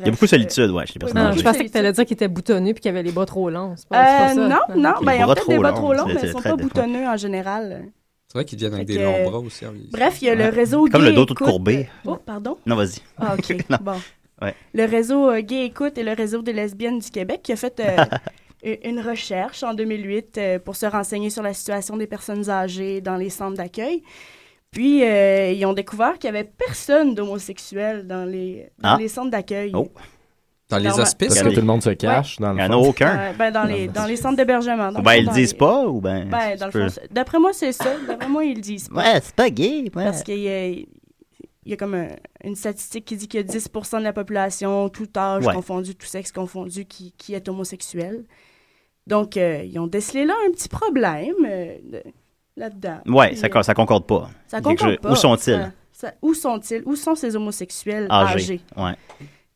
S9: bref,
S5: beaucoup de solitude, ouais, chez les personnes
S8: Non, je
S5: âgées.
S8: pensais que tu allais dire qu'il était boutonneux puis qu'il avait les bas trop longs. C'est
S9: euh,
S8: pas, c'est
S9: euh,
S8: pas
S9: non,
S8: ça.
S9: non,
S5: Les
S9: ben, ils ont
S5: bras
S9: peut-être
S5: trop
S9: des bas
S5: longs,
S9: trop longs,
S5: c'est-
S9: mais
S5: c'est
S9: ils sont
S5: très
S9: pas
S5: défaut.
S9: boutonneux en général.
S10: C'est vrai qu'ils viennent avec
S9: Fait
S10: des
S9: que-
S10: longs bras aussi. hein, ils-
S9: Bref, il y a
S10: Ouais.
S9: le réseau
S5: Comme
S9: gay
S5: le dos tout
S9: Écoute.
S5: courbé.
S9: Oh, pardon?
S5: Non, vas-y.
S9: Ah, OK.
S5: Non.
S9: Bon.
S5: Ouais.
S9: Le réseau euh, Gay Écoute et le réseau des lesbiennes du Québec qui a fait euh, u- une recherche en 2008 euh, pour se renseigner sur la situation des personnes âgées dans les centres d'accueil. Puis, euh, ils ont découvert qu'il n'y avait personne d'homosexuel dans les, dans
S5: Ah.
S9: les centres d'accueil.
S5: Oh.
S10: Dans les
S9: Normal.
S10: hospices,
S7: Parce
S10: là,
S7: que tout le monde se cache, dans
S5: Il
S7: le
S5: n'y en a
S7: fond.
S5: aucun.
S9: Euh, ben, dans, les, dans les centres d'hébergement. dans
S5: Ou
S9: le
S5: ben,
S9: fond,
S5: ils le
S9: dans
S5: disent
S9: les-
S5: pas, ou ben...
S9: Ben,
S5: tu
S9: dans le fond,
S5: peux-
S9: c'est- d'après moi, c'est ça. D'après moi, ils le disent pas.
S5: Ouais, c'est pas gay, ouais.
S9: Parce qu'il y a, il y a comme un- une statistique qui dit que 10 de la population, tout âge
S5: Ouais.
S9: confondu, tout sexe confondu, qui, qui est homosexuel. Donc, euh, ils ont décelé là un petit problème euh, de- là-dedans.
S5: Ouais,
S9: Puis,
S5: ça,
S9: euh,
S5: co- ça concorde pas.
S9: ça
S5: quelque
S9: concorde
S5: chose.
S9: pas.
S5: Où sont-ils?
S9: Ça- ça- où sont-ils? Où sont ces homosexuels
S5: Âgés.
S9: âgés?
S5: Ouais.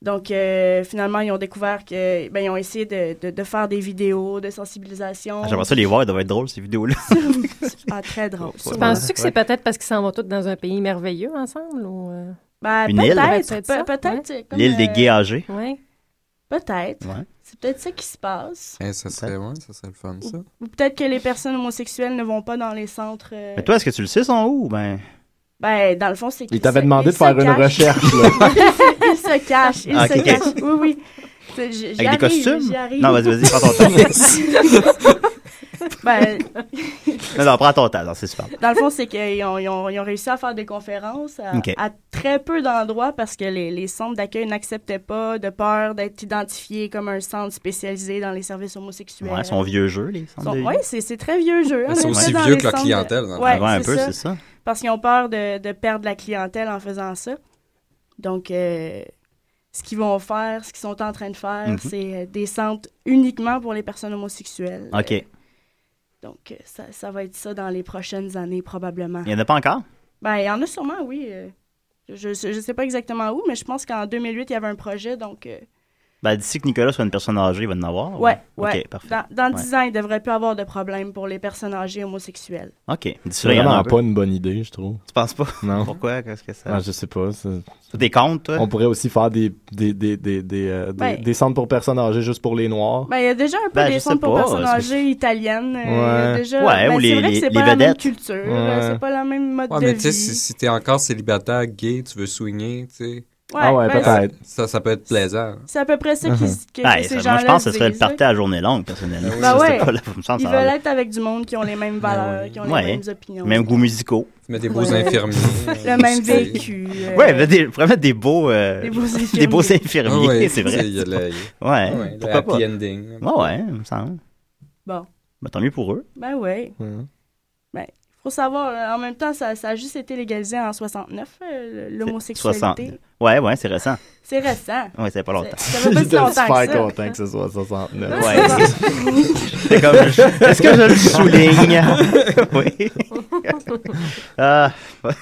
S9: Donc, euh, finalement, ils ont découvert que, ben, ils ont essayé de, de- de faire des vidéos de sensibilisation.
S5: Ah, J'aimerais ça les voir, ils doivent être drôles, ces vidéos-là.
S9: Ah, très drôle.
S8: Tu
S9: Sûrement.
S8: Penses-tu que c'est peut-être parce qu'ils s'en vont tous dans un pays merveilleux ensemble? Ou... euh,
S9: Ben,
S5: Une île?
S9: peut-être,
S8: Peut-être
S9: pe-
S8: ça,
S9: peut-être, comme,
S5: L'île des
S9: euh,
S5: gays âgés.
S8: Ouais.
S9: Peut-être.
S5: Ouais.
S9: C'est peut-être ça qui se passe.
S10: Eh, ça, serait, ouais, ça serait le fun, ça.
S9: Ou peut-être que les personnes homosexuelles ne vont pas dans les centres. euh,
S5: Mais toi, est-ce que tu le sais, sont où? Ben,
S9: Ben, dans le fond, c'est
S7: Il
S9: qu'il
S7: t'avait
S9: se-
S7: demandé
S9: il
S7: de faire
S9: se
S7: une
S9: cache.
S7: recherche, là.
S9: il se cache, il
S7: Ah,
S9: se
S7: ok, ok.
S9: cache. Oui, oui. C'est- j-
S5: Avec des
S9: j'arrive,
S5: costumes?
S9: j'arrive.
S5: Non, vas-y, vas-y, prends ton temps.
S9: ben,
S5: Non, non, prends ton temps, non, c'est super.
S9: dans le fond, c'est qu'ils ont, ils ont- ils ont réussi à faire des conférences à,
S5: Ok.
S9: à très peu d'endroits parce que les, les centres d'accueil n'acceptaient pas de peur d'être identifiés comme un centre spécialisé dans les services homosexuels.
S5: Ouais, son vieux jeu, les centres de vie.
S9: Oui, c'est c'est très vieux jeu. hein,
S5: C'est
S9: on
S5: aussi
S9: était dans
S5: vieux
S9: les
S5: que leur
S9: centres de-
S5: clientèle, dans le
S9: Ouais,
S5: fond. Ouais, un peu, c'est ça.
S9: Parce qu'ils ont peur de, de perdre la clientèle en faisant ça. Donc, euh, ce qu'ils vont faire, ce qu'ils sont en train de faire,
S5: Mhm.
S9: c'est euh, des centres uniquement pour les personnes homosexuelles.
S5: OK.
S9: Euh, donc, euh, ça, ça va être ça dans les prochaines années, probablement.
S5: Il n'y en a pas encore?
S9: Ben, il y en a sûrement, oui. euh, Je ne sais pas exactement où, mais je pense qu'en 2008, il y avait un projet, donc... euh,
S5: Ben, d'ici que Nicolas soit une personne âgée, il va en avoir. ou-
S9: ouais, ouais.
S5: OK, parfait.
S9: Dans, dans
S5: Ouais.
S9: 10 ans, il ne devrait plus avoir de problème pour les personnes âgées homosexuelles.
S5: OK. D'ici
S7: C'est
S5: là, il y en a
S7: vraiment
S5: un peu.
S7: pas une bonne idée, je trouve.
S5: Tu penses pas?
S7: Non.
S5: Pourquoi? Qu'est-ce que ça...
S7: Ah, je sais pas. c'est-
S5: Des comptes, toi?
S7: On pourrait aussi faire des, des, des, des, des, euh, des-
S9: Ben-
S7: des centres pour personnes âgées juste pour les Noirs.
S9: Ben, il y a déjà un peu
S7: Ben,
S9: des
S7: je
S9: centres
S7: sais
S9: pour
S7: pas,
S9: personnes
S7: est-ce que-
S9: âgées italiennes. euh, il y a
S7: Ouais.
S9: déjà-
S7: Ouais,
S9: ben,
S7: ou
S9: c'est
S7: les-
S9: vrai que
S7: les-
S9: c'est
S7: les
S9: pas la même
S7: vedettes.
S9: culture,
S7: Ouais.
S9: c'est pas la même mode
S10: Ouais,
S9: de
S10: mais tu sais,
S9: vie.
S10: si, si t'es encore célibataire, gay, tu veux swinguer, tu sais.
S9: Ah ouais, ben, peut-être.
S10: Ça, ça peut être plaisant.
S9: C'est à peu près ça qu'ils- que,
S5: Ben,
S9: que ces
S5: ça-
S9: gens-là
S5: moi, je pense que ce serait le
S9: disent, hein?
S5: party à journée longue, personnellement.
S9: Ben
S5: Ça, c'est
S9: ouais.
S5: pas la- me semble
S9: Ils
S5: ça-
S9: veulent être avec du monde qui ont les mêmes valeurs, qui ont les
S5: Ouais.
S9: mêmes opinions.
S5: Même goûts musicaux.
S10: Tu mets des
S9: beaux Ouais. infirmiers. Le même vécu. euh,
S5: Ouais, mais des, vraiment des beaux, euh,
S9: Des beaux infirmiers.
S5: des beaux infirmiers,
S10: Ah ouais,
S5: c'est
S10: tu
S5: vrai.
S10: sais, il y a le-
S5: Ouais,
S10: ouais, le
S5: pourquoi
S10: happy
S5: pas.
S10: ending.
S5: Ouais, ouais, il me semble.
S9: Bon,
S5: Ben, tant mieux pour eux.
S9: ben ouais. Ben, faut savoir, euh, en même temps, ça, ça a juste été légalisé en 69, euh, le- l'homosexualité.
S5: 60. Ouais, ouais, c'est récent.
S9: C'est récent.
S5: Ouais, ça fait pas longtemps.
S9: Ça fait pas si longtemps que ça.
S7: content que ce soit 69.
S5: Ouais. C'est comme, je- est-ce que je le souligne? oui. Ah, ouais.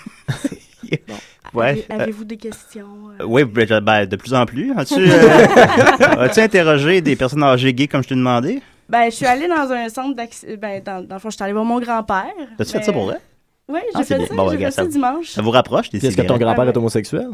S5: euh,
S9: Avez- Avez-vous des questions? euh?
S5: Oui, ben, je- ben, de plus en plus. As-tu, euh, as-tu interrogé des personnes âgées gays comme je t'ai demandé?
S9: Ben, je suis allée dans un centre d'acc- Ben, dans, dans le fond, je suis allée voir mon grand-père.
S5: As-tu
S9: mais-
S5: fait ça pour vrai?
S9: Oui, j'ai
S5: Ah, c'est
S9: fait
S5: bien.
S9: ça,
S5: Bon,
S9: j'ai
S5: regarde,
S9: fait ça
S5: ça-
S9: dimanche.
S5: Ça vous rapproche des
S7: Est-ce que ton
S5: cigarettes?
S7: grand-père est homosexuel?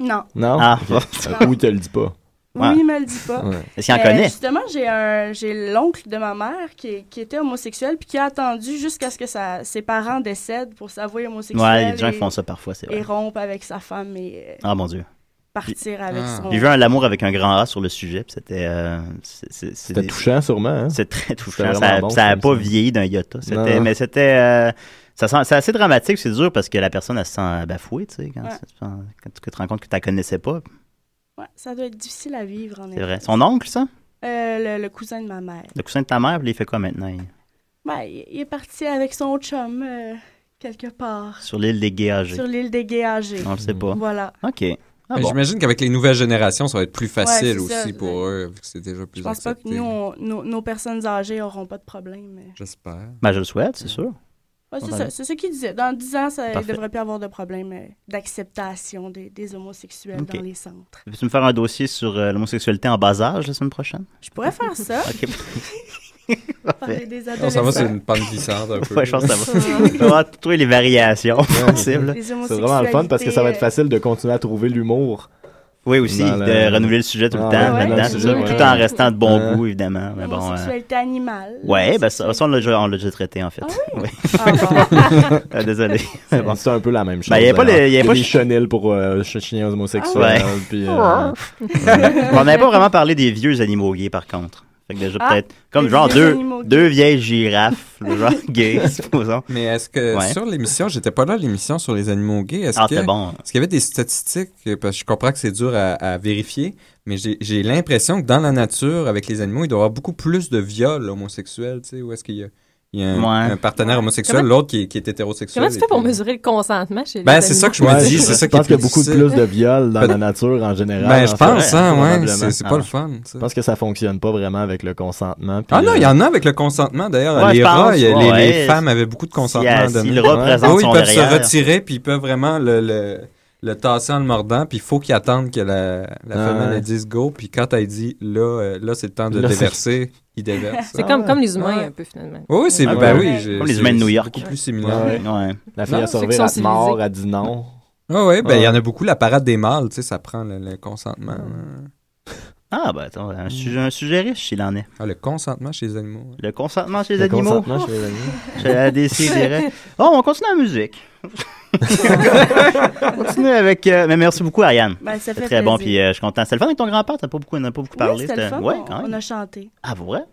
S9: Non.
S7: Non?
S5: Ah,
S7: Ok. Euh, Ou il te le dit pas?
S9: Oui, il me le dit pas.
S7: Ouais.
S5: Est-ce qu'il en
S9: Mais
S5: connaît?
S9: Justement, j'ai un, j'ai l'oncle de ma mère qui, est- qui était homosexuel puis qui a attendu jusqu'à ce que sa- ses parents décèdent pour s'avouer homosexuel.
S5: Ouais, il y a des gens
S9: et-
S5: qui font ça parfois, c'est vrai.
S9: Et rompre avec sa femme et euh,
S5: Ah, mon Dieu.
S9: partir avec son.
S5: J'ai vu Ah. un l'amour avec un grand A sur le sujet, puis c'était. euh, c'est- c'est-
S7: C'était touchant, sûrement. hein?
S5: C'est très touchant.
S7: C'était
S5: Ça n'a
S7: vraiment bon, comme
S5: pas
S7: ça.
S5: vieilli d'un iota. C'était-
S7: Non.
S5: Mais c'était. euh, ça sent- c'est assez dramatique, c'est dur parce que la personne, elle se sent bafouée, tu sais, quand,
S9: Ouais.
S5: tu- quand tu te rends compte que tu la connaissais pas.
S9: Ouais, ça doit être difficile à vivre, en
S5: C'est
S9: effet.
S5: vrai. Son oncle, ça
S9: Euh, le, le cousin de ma mère.
S5: Le cousin de ta mère, puis il fait quoi maintenant il-
S9: Ouais, il- il est parti avec son chum euh, quelque part.
S5: Sur l'île des gays âgés.
S9: Sur l'île des gays âgés.
S5: On le sait pas.
S9: Voilà.
S5: OK. Ah
S10: Mais
S5: bon.
S10: J'imagine qu'avec les nouvelles générations, ça va être plus facile
S9: Ouais, c'est ça,
S10: aussi pour eux, vu que c'est déjà plus
S9: Je pense pas que
S10: accepté.
S9: nous, on- nos, nos personnes âgées auront pas de problème. mais-
S10: J'espère.
S5: Ben, je le souhaite, c'est sûr.
S9: Ouais, c'est
S5: Ouais.
S9: ça, c'est ce qu'il disait. Dans 10 ans, ça, il ne
S5: Ah, ben Parfait.
S9: devrait plus avoir de problème euh, d'acceptation des, des homosexuels
S5: Ok.
S9: dans les centres.
S5: Peux-tu me faire un dossier sur euh, l'homosexualité en bas âge la semaine prochaine
S9: Je pourrais faire ça.
S5: OK.
S9: Parler des
S10: On s'en va sur
S9: adolescents.
S10: une pente glissante un peu.
S5: Ouais, je pense que ça va. On va trouver les variations possibles.
S9: Les
S7: C'est vraiment le fun parce que ça va être facile de continuer à trouver l'humour.
S5: Oui, aussi,
S7: Dans
S5: de
S7: le-
S5: renouveler le sujet tout le
S7: Ah,
S5: temps,
S7: ouais,
S5: maintenant,
S7: dans le
S5: c'est
S7: sujet,
S5: ça,
S7: ouais. Euh.
S5: tout en restant de bon
S7: Ouais.
S5: goût, évidemment. Mais bon, euh,
S9: Homosexualité animale.
S5: ouais, ben, ça, ça, on l'a déjà- on l'a déjà traité, en fait.
S9: Ah
S5: Oui. Ah, Désolé. Mais bon.
S7: C'est un peu la même chose. hein.
S5: Ben, il y avait pas
S7: d'ailleurs.
S5: le- il y avait pas
S7: des
S5: le-
S7: chenilles pour euh, ch- chiens homosexuels.
S5: Ouais.
S7: puis, euh,
S5: on n'avait pas vraiment parlé des vieux animaux gays, par contre. Fait que déjà,
S9: Ah,
S5: peut-être, comme
S9: des
S5: genre
S9: vieux
S5: deux,
S9: animaux gays.
S5: deux vieilles girafes, le genre gays, supposons.
S10: Mais est-ce que
S5: Ouais.
S10: sur l'émission, j'étais pas là à l'émission sur les animaux gays, est-ce
S5: Ah,
S10: que-
S5: c'était bon.
S10: est-ce qu'il y avait des statistiques euh, parce que je comprends que c'est dur à, à vérifier, mais j'ai- j'ai l'impression que dans la nature avec les animaux, il doit y avoir beaucoup plus de viols homosexuels, tu sais, où est-ce qu'il y a, il y a un,
S5: Ouais.
S10: un partenaire homosexuel,
S8: Comment-
S10: l'autre qui, est- qui est hétérosexuel.
S8: Comment tu
S10: et
S8: fais pour
S10: puis-
S8: mesurer le consentement chez les
S10: Ben, c'est ça que je me
S7: ouais,
S10: dis,
S7: je-
S10: c'est ça
S7: Je
S10: qui est
S7: pense qu'il y a beaucoup
S10: difficile.
S7: plus de viols dans
S10: Peut-
S7: la nature en général.
S10: Ben, je
S7: en
S10: pense,
S7: fait,
S10: hein, ouais,
S7: probablement. Ah.
S10: c'est- c'est pas le fun, tu sais.
S7: Je pense que ça fonctionne pas vraiment avec le consentement. puis,
S10: Ah non, il y
S7: euh,
S10: en a avec le consentement. D'ailleurs,
S5: Ouais,
S10: les
S5: je pense,
S10: rats, il y a- les,
S5: ouais,
S10: les
S5: ouais.
S10: femmes avaient beaucoup de consentement.
S5: Si,
S10: à
S5: euh,
S10: donner.
S5: s'il représente
S10: Ah oui, ils
S5: son
S10: peuvent se
S5: derrière.
S10: retirer, puis ils peuvent vraiment le, le, le tasser en le mordant, puis il faut qu'ils attendent que la, la
S7: Ah
S10: femelle
S7: ouais.
S10: elle dise go, puis quand elle dit là, euh, là c'est le temps de
S7: Là, c'est-
S10: déverser, il déverse.
S8: C'est comme,
S7: ouais.
S8: comme les humains,
S10: Ouais.
S8: un peu, finalement.
S10: Oui, oui, c'est
S5: Ah,
S10: ben
S5: ouais.
S10: oui, j'ai-
S5: Comme les
S10: c'est-
S5: humains de
S10: c'est
S5: New York.
S10: Beaucoup plus similaire.
S7: Ouais.
S5: Ouais.
S7: La fille
S10: Non,
S7: a
S10: c'est
S8: qu'ils
S7: servi
S8: sont
S7: à te
S8: civilisés.
S7: mort, elle dit non.
S10: Ah ouais, ben il y en
S7: Ouais.
S10: a beaucoup. La parade des mâles, tu sais, ça prend le, le consentement. hein.
S5: Ah, ben, attends, un sujet, un sujet riche, s'il en est.
S10: Ah, le consentement chez les animaux.
S5: Le consentement chez les
S7: Le
S5: animaux.
S7: consentement chez les animaux.
S5: Oh, J'ai la déciderait. Bon, on continue la musique. Continue avec. euh, mais merci beaucoup, Ariane.
S9: Ben, ça
S5: C'était
S9: fait
S5: très bon,
S9: plaisir.
S5: puis euh, je suis content. C'était le fun avec ton grand-père, t'as pas beaucoup, on n'a pas beaucoup parlé.
S9: c'était le fun,
S5: ouais,
S9: on-
S5: quand même.
S9: on a chanté.
S5: Ah, pour vrai?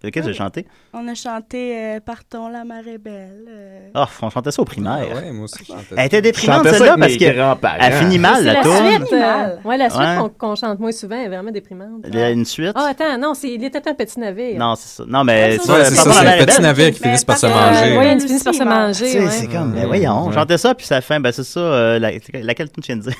S5: Lequel j'ai chanté?
S9: On a chanté euh, Partons, la marée belle. euh.
S5: Oh, on chantait ça au primaire.
S10: Ah, ouais, moi aussi, je chantais
S5: Elle
S10: ça.
S5: était déprimante,
S7: Chantais ça
S5: celle-là,
S7: avec
S5: parce
S7: mes
S5: que
S7: grands-parents.
S5: elle finit mal,
S8: C'est la,
S5: la tourne.
S8: suite. euh, ouais, la suite
S5: Ouais.
S8: qu'on- qu'on chante moins souvent est vraiment déprimante.
S5: Il y a une suite.
S8: Ah, attends, non, c'est- il était un petit navire.
S5: Non, c'est ça. Non, mais
S9: Ah,
S5: tu
S9: ça,
S5: vois,
S10: c'est
S5: Papa
S10: ça,
S5: la
S10: c'est
S5: Marée
S10: les petits
S5: Belle,
S10: navires qui finissent par se
S9: Euh,
S10: manger.
S8: Oui,
S9: ouais.
S8: ils finissent par se
S9: Elle
S5: tu
S8: manger.
S5: sais,
S8: ouais.
S5: c'est comme, ben voyons,
S7: Ouais.
S5: chantais ça, puis ça fin, ben c'est ça, euh, la- laquelle tu viens de dire?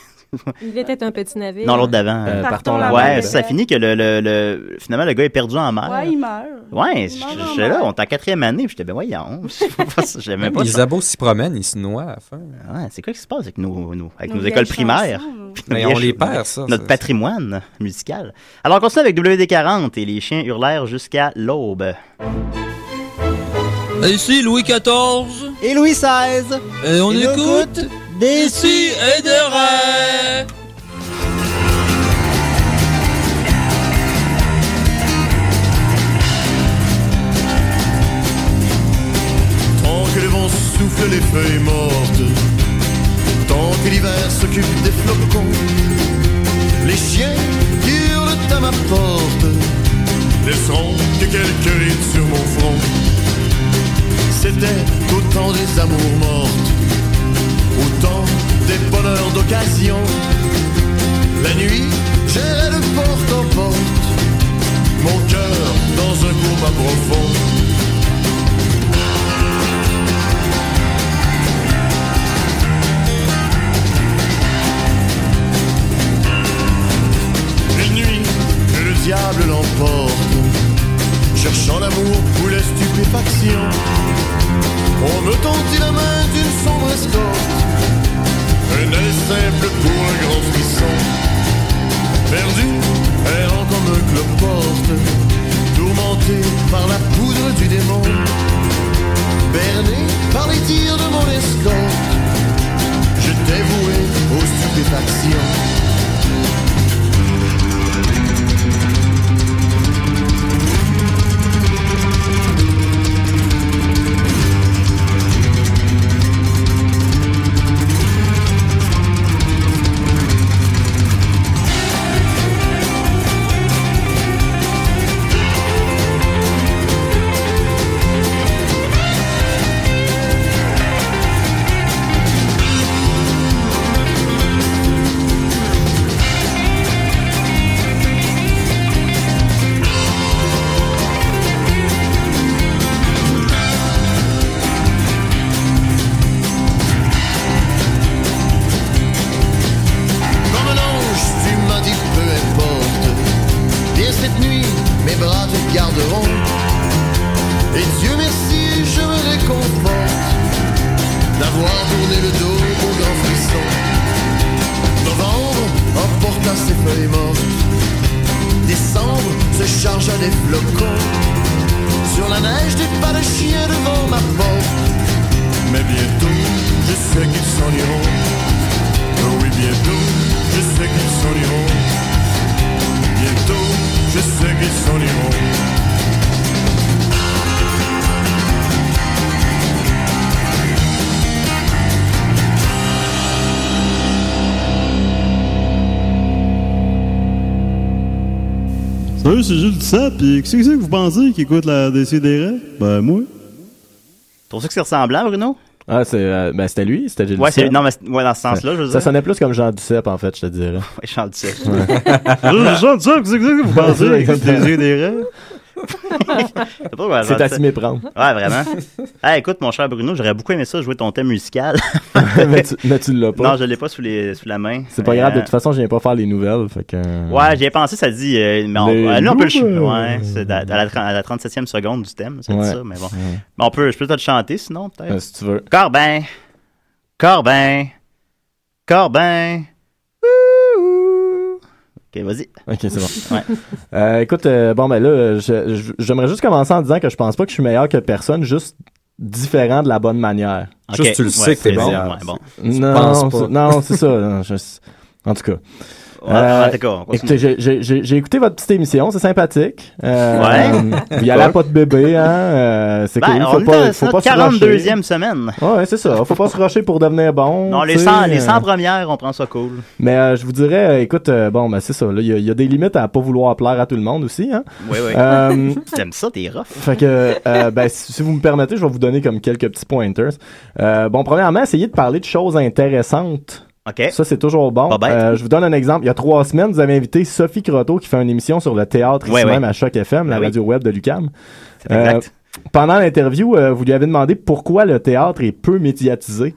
S8: Il était un petit navire.
S5: Non, l'autre d'avant.
S7: Euh,
S9: Partons, la marée
S5: Ouais,
S9: belle.
S5: ça finit que le, le, le- finalement, le gars est perdu en mer.
S9: Ouais, il meurt.
S5: Ah. Ouais,
S9: Il
S5: je-
S9: meurt
S5: je-
S9: en
S5: j'étais là,
S9: mer.
S5: on était en quatrième année, puis j'étais, ben voyons, j'aimais
S10: Même
S5: pas
S10: les
S5: ça.
S10: abos s'y promènent, ils se noient à la fin.
S5: Ouais, c'est quoi qui se passe avec nos, nos- avec
S9: Nos
S5: nos
S9: vieilles
S5: écoles primaires?
S9: chansons.
S5: Puis nos
S10: Mais
S5: vieilles
S10: on les
S5: chansons.
S10: perd, ça.
S5: Notre
S10: ça.
S5: patrimoine musical. Alors, on continue avec WD40 et les chiens hurlèrent jusqu'à l'aube.
S6: Ici Louis XIV,
S1: Et Louis XVI,
S6: et on
S1: Et nous
S6: écoute
S1: des
S6: Ici et des rêves.
S11: Tant que le vent souffle les feuilles mortes, tant que l'hiver s'occupe des flocons, les chiens qui hurlent à ma porte laisseront que quelques rides sur mon front. C'était au temps des amours mortes, au temps des bonheurs d'occasion. La nuit, j'irai de porte en porte, mon cœur dans un combat profond. Une nuit que le diable l'emporte, cherchant l'amour ou la stupéfaction. On me tendit la main d'une sombre escorte, un aile simple pour un grand frisson. Perdu, errant comme un cloporte, tourmenté par la poudre du démon. Berné par les tirs de mon escorte, j'étais voué aux stupéfactions. Comme un ange, tu m'as dit peu importe. Bien cette nuit, mes bras te garderont. Et Dieu merci, je me réconforte d'avoir tourné le dos au grand frisson. Novembre emporta ses feuilles mortes. Décembre se chargea des flocons. Sur la neige, des pas de chien devant ma porte. Mais bientôt, je sais qu'ils s'en iront. Oh oui, bientôt, je sais qu'ils s'en iront. Bientôt, je sais qu'ils s'en iront. Salut, c'est Jules Tissat, pis qu'est-ce que c'est que vous pensez qui écoute la DCDR? Ben, moi.
S5: Trouves-tu que c'est ressemblant, Bruno?
S7: Ah, c'est, euh, ben, c'était lui, c'était Gilles
S5: Ouais, c'est,
S7: Duceppe.
S5: non, mais c'est- ouais, dans ce sens-là, je veux
S7: Ça
S5: dire.
S7: sonnait plus comme Jean Duceppe, en fait, je te dirais.
S5: Ouais, je chante ça.
S11: Jean Tissat, qu'est-ce que c'est que vous
S5: Ben,
S11: pensez qui écoute les
S5: C'est pas quoi,
S7: C'est
S5: Jean
S7: à s'y méprendre.
S5: Ouais, vraiment. Ah, écoute, mon cher Bruno, j'aurais beaucoup aimé ça jouer ton thème musical.
S7: mais, tu, mais tu l'as pas.
S5: Non, je l'ai pas sous, les, sous la main.
S7: c'est pas
S5: Euh,
S7: grave, de toute façon, je viens pas faire les nouvelles. Fait que... euh,
S5: Ouais, j'y ai pensé, ça dit. euh, mais on,
S7: Les
S5: euh, nous, on peut le chanter.
S7: loups,
S5: Ouais,
S7: euh,
S5: c'est à, à la, tra- à la 37e seconde du thème, c'est
S7: Ouais.
S5: ça, mais bon.
S7: Ouais.
S5: Mais on peut, je peux te le chanter sinon, peut-être.
S7: Euh, si tu veux.
S5: Corbin, Corbin, Corbin. Ouh. Ok, vas-y.
S7: Ok, c'est bon.
S5: Ouais.
S7: Euh, écoute, euh, bon, ben là, euh, je- je- j'aimerais juste commencer en disant que je pense pas que je suis meilleur que personne, juste différent de la bonne manière.
S5: Ok,
S10: Juste, tu le sais que t'es
S5: c'est
S10: bon.
S5: ça, ouais, bon.
S7: Non,
S10: penses pas.
S7: c'est- non, c'est ça. non, euh, je- En tout cas.
S5: Ouais, en tout cas, on continue.
S7: écoutez, j'ai- j'ai- j'ai j'ai écouté votre petite émission, c'est sympathique. Euh,
S5: Ouais.
S7: Il y a la pas de bébé, hein. euh, c'est
S5: Ben,
S7: cool.
S5: on
S7: Faut
S5: est
S7: pas,
S5: à
S7: faut
S5: notre
S7: pas se rusher.
S5: 42e semaine.
S7: Ouais, c'est ça. Faut pas se rusher pour devenir bon.
S5: Non, les
S7: tu sais,
S5: 100, les
S7: euh,
S5: 100 premières, on prend ça cool.
S7: Mais euh, je vous dirais, euh, écoute, euh, bon, ben c'est ça. là, Il y, a- il y a des limites à pas vouloir plaire à tout le monde aussi. Hein?
S5: Oui, oui.
S7: Euh,
S5: T'aimes ça, t'es rough.
S7: fait que, euh, ben, si, si vous me permettez, je vais vous donner comme quelques petits pointers. Euh, bon, premièrement, essayez de parler de choses intéressantes.
S5: OK.
S7: Ça, c'est toujours bon. Euh, je vous donne un exemple. Il y a trois semaines, vous avez invité Sophie Croteau qui fait une émission sur le théâtre ici
S5: Ouais, ouais.
S7: même à Choc FM, la
S5: Ben oui.
S7: radio web de l'UCAM.
S5: C'est exact.
S7: pendant l'interview, euh, vous lui avez demandé pourquoi le théâtre est peu médiatisé.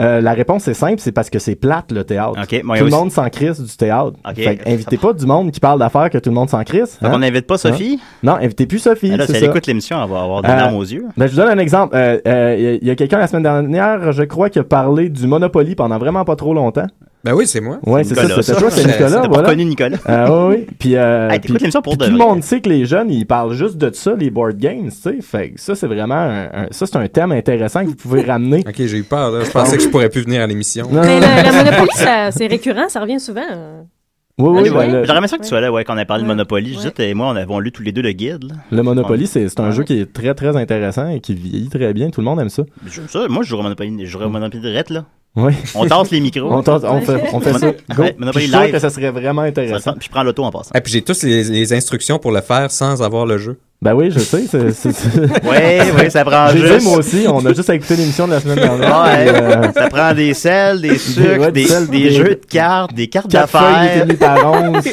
S7: Euh, la réponse est simple, c'est parce que c'est plate le théâtre.
S5: OK, moi,
S7: Euh, tout le
S5: aussi-
S7: monde s'en crisse du théâtre.
S5: OK,
S7: Fait que
S5: ça
S7: invitez pas du monde qui parle d'affaires que tout le monde s'en crisse.
S5: Fait qu'on n'invite pas Sophie?
S7: Hein? Non, invitez plus Sophie.
S5: Elle, là,
S7: c'est
S5: si elle
S7: ça.
S5: écoute l'émission, elle va avoir des
S7: Euh,
S5: larmes aux yeux.
S7: ben, je vous donne un exemple. Euh, euh, Il y a- il y a, quelqu'un la semaine dernière, je crois, qui a parlé du Monopoly pendant vraiment pas trop longtemps.
S10: Ben oui, c'est moi.
S7: Oui, c'est ça,
S10: Nicolas,
S7: c'était toi, c'est
S10: ça.
S7: Nicolas.
S10: T'as pas
S7: voilà.
S10: connu Nicolas.
S7: Ah oui, oui. Puis, euh,
S10: Hey, t'écoutes
S7: puis-
S10: l'émission pour
S7: puis
S10: de
S7: tout le
S10: vrai.
S7: monde sait que les jeunes, ils parlent juste de ça, les board games, tu sais. Fait que ça, c'est vraiment un, un- ça, c'est un thème intéressant que vous pouvez ramener.
S10: Ok, j'ai eu peur, là. Je pensais que je pourrais plus venir à l'émission.
S7: Non,
S8: Mais le, la Monopoly, ça- c'est récurrent, ça revient souvent. euh.
S7: Oui, oui,
S5: J'aurais
S7: ben, le-
S5: aimé ça que tu sois là, ouais, quand on a parlé de Monopoly. Judith et moi, on avons lu tous les deux le guide. là.
S7: Le Monopoly, c'est c'est un jeu qui est très, très intéressant et qui vieillit très bien. Tout le monde aime ça.
S5: J'aime ça. Moi, je jouerais au Monopoly, je jouerais au Monopoly direct, là.
S7: Oui.
S5: On tasse les micros.
S7: On tasse- on fait- on fait ça. Go.
S5: Ouais, Monopoly
S7: Je suis sûr
S5: live.
S7: que ça serait vraiment intéressant.
S5: Ça- Puis je prends l'auto en passant.
S10: Et puis j'ai tous les, les instructions pour le faire sans avoir le jeu.
S7: Ben oui, je sais. c'est- c'est-
S5: Ouais, ouais, ça prend
S7: J'ai
S5: juste.
S7: dit, moi aussi, on a juste à écouter l'émission de la semaine dernière.
S5: Ouais,
S7: puis, euh,
S5: ça prend des sels, des
S7: Des- ouais,
S5: sucres,
S7: des
S5: des,
S7: sels,
S5: des
S7: des-
S5: jeux de cartes, des cartes
S7: Quatre
S5: d'affaires.
S7: feuilles définies par once.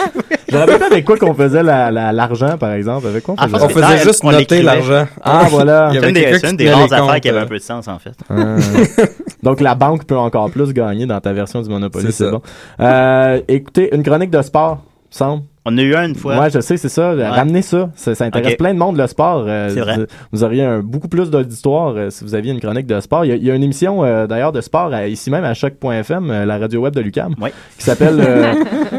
S7: Je me rappelle pas avec quoi qu'on faisait la- la- l'argent, par exemple. Avec quoi on
S5: Ah,
S7: faisait
S5: ça,
S7: ça?
S5: c'est clair, on l'écrivait.
S7: Ah, voilà.
S5: C'est une des, c'est une des rares affaires qui avait
S7: euh.
S5: un peu de sens, en fait.
S7: Ah. Donc la banque peut encore plus gagner dans ta version du Monopoly,
S5: C'est
S7: c'est
S5: ça.
S7: bon. Euh, écoutez, une chronique de sport, me semble.
S5: On a eu un une fois.
S7: Ouais, je sais, c'est ça. Ramenez ça. Ça, ça intéresse
S5: Ok.
S7: plein de monde, le sport. Euh,
S5: C'est vrai.
S7: vous- Vous auriez un- beaucoup plus d'auditoire euh, si vous aviez une chronique de sport. Il y a, il y a une émission, euh, d'ailleurs, de sport, à- ici même, à choc.fm, euh, la radio web de l'UCAM, qui s'appelle euh,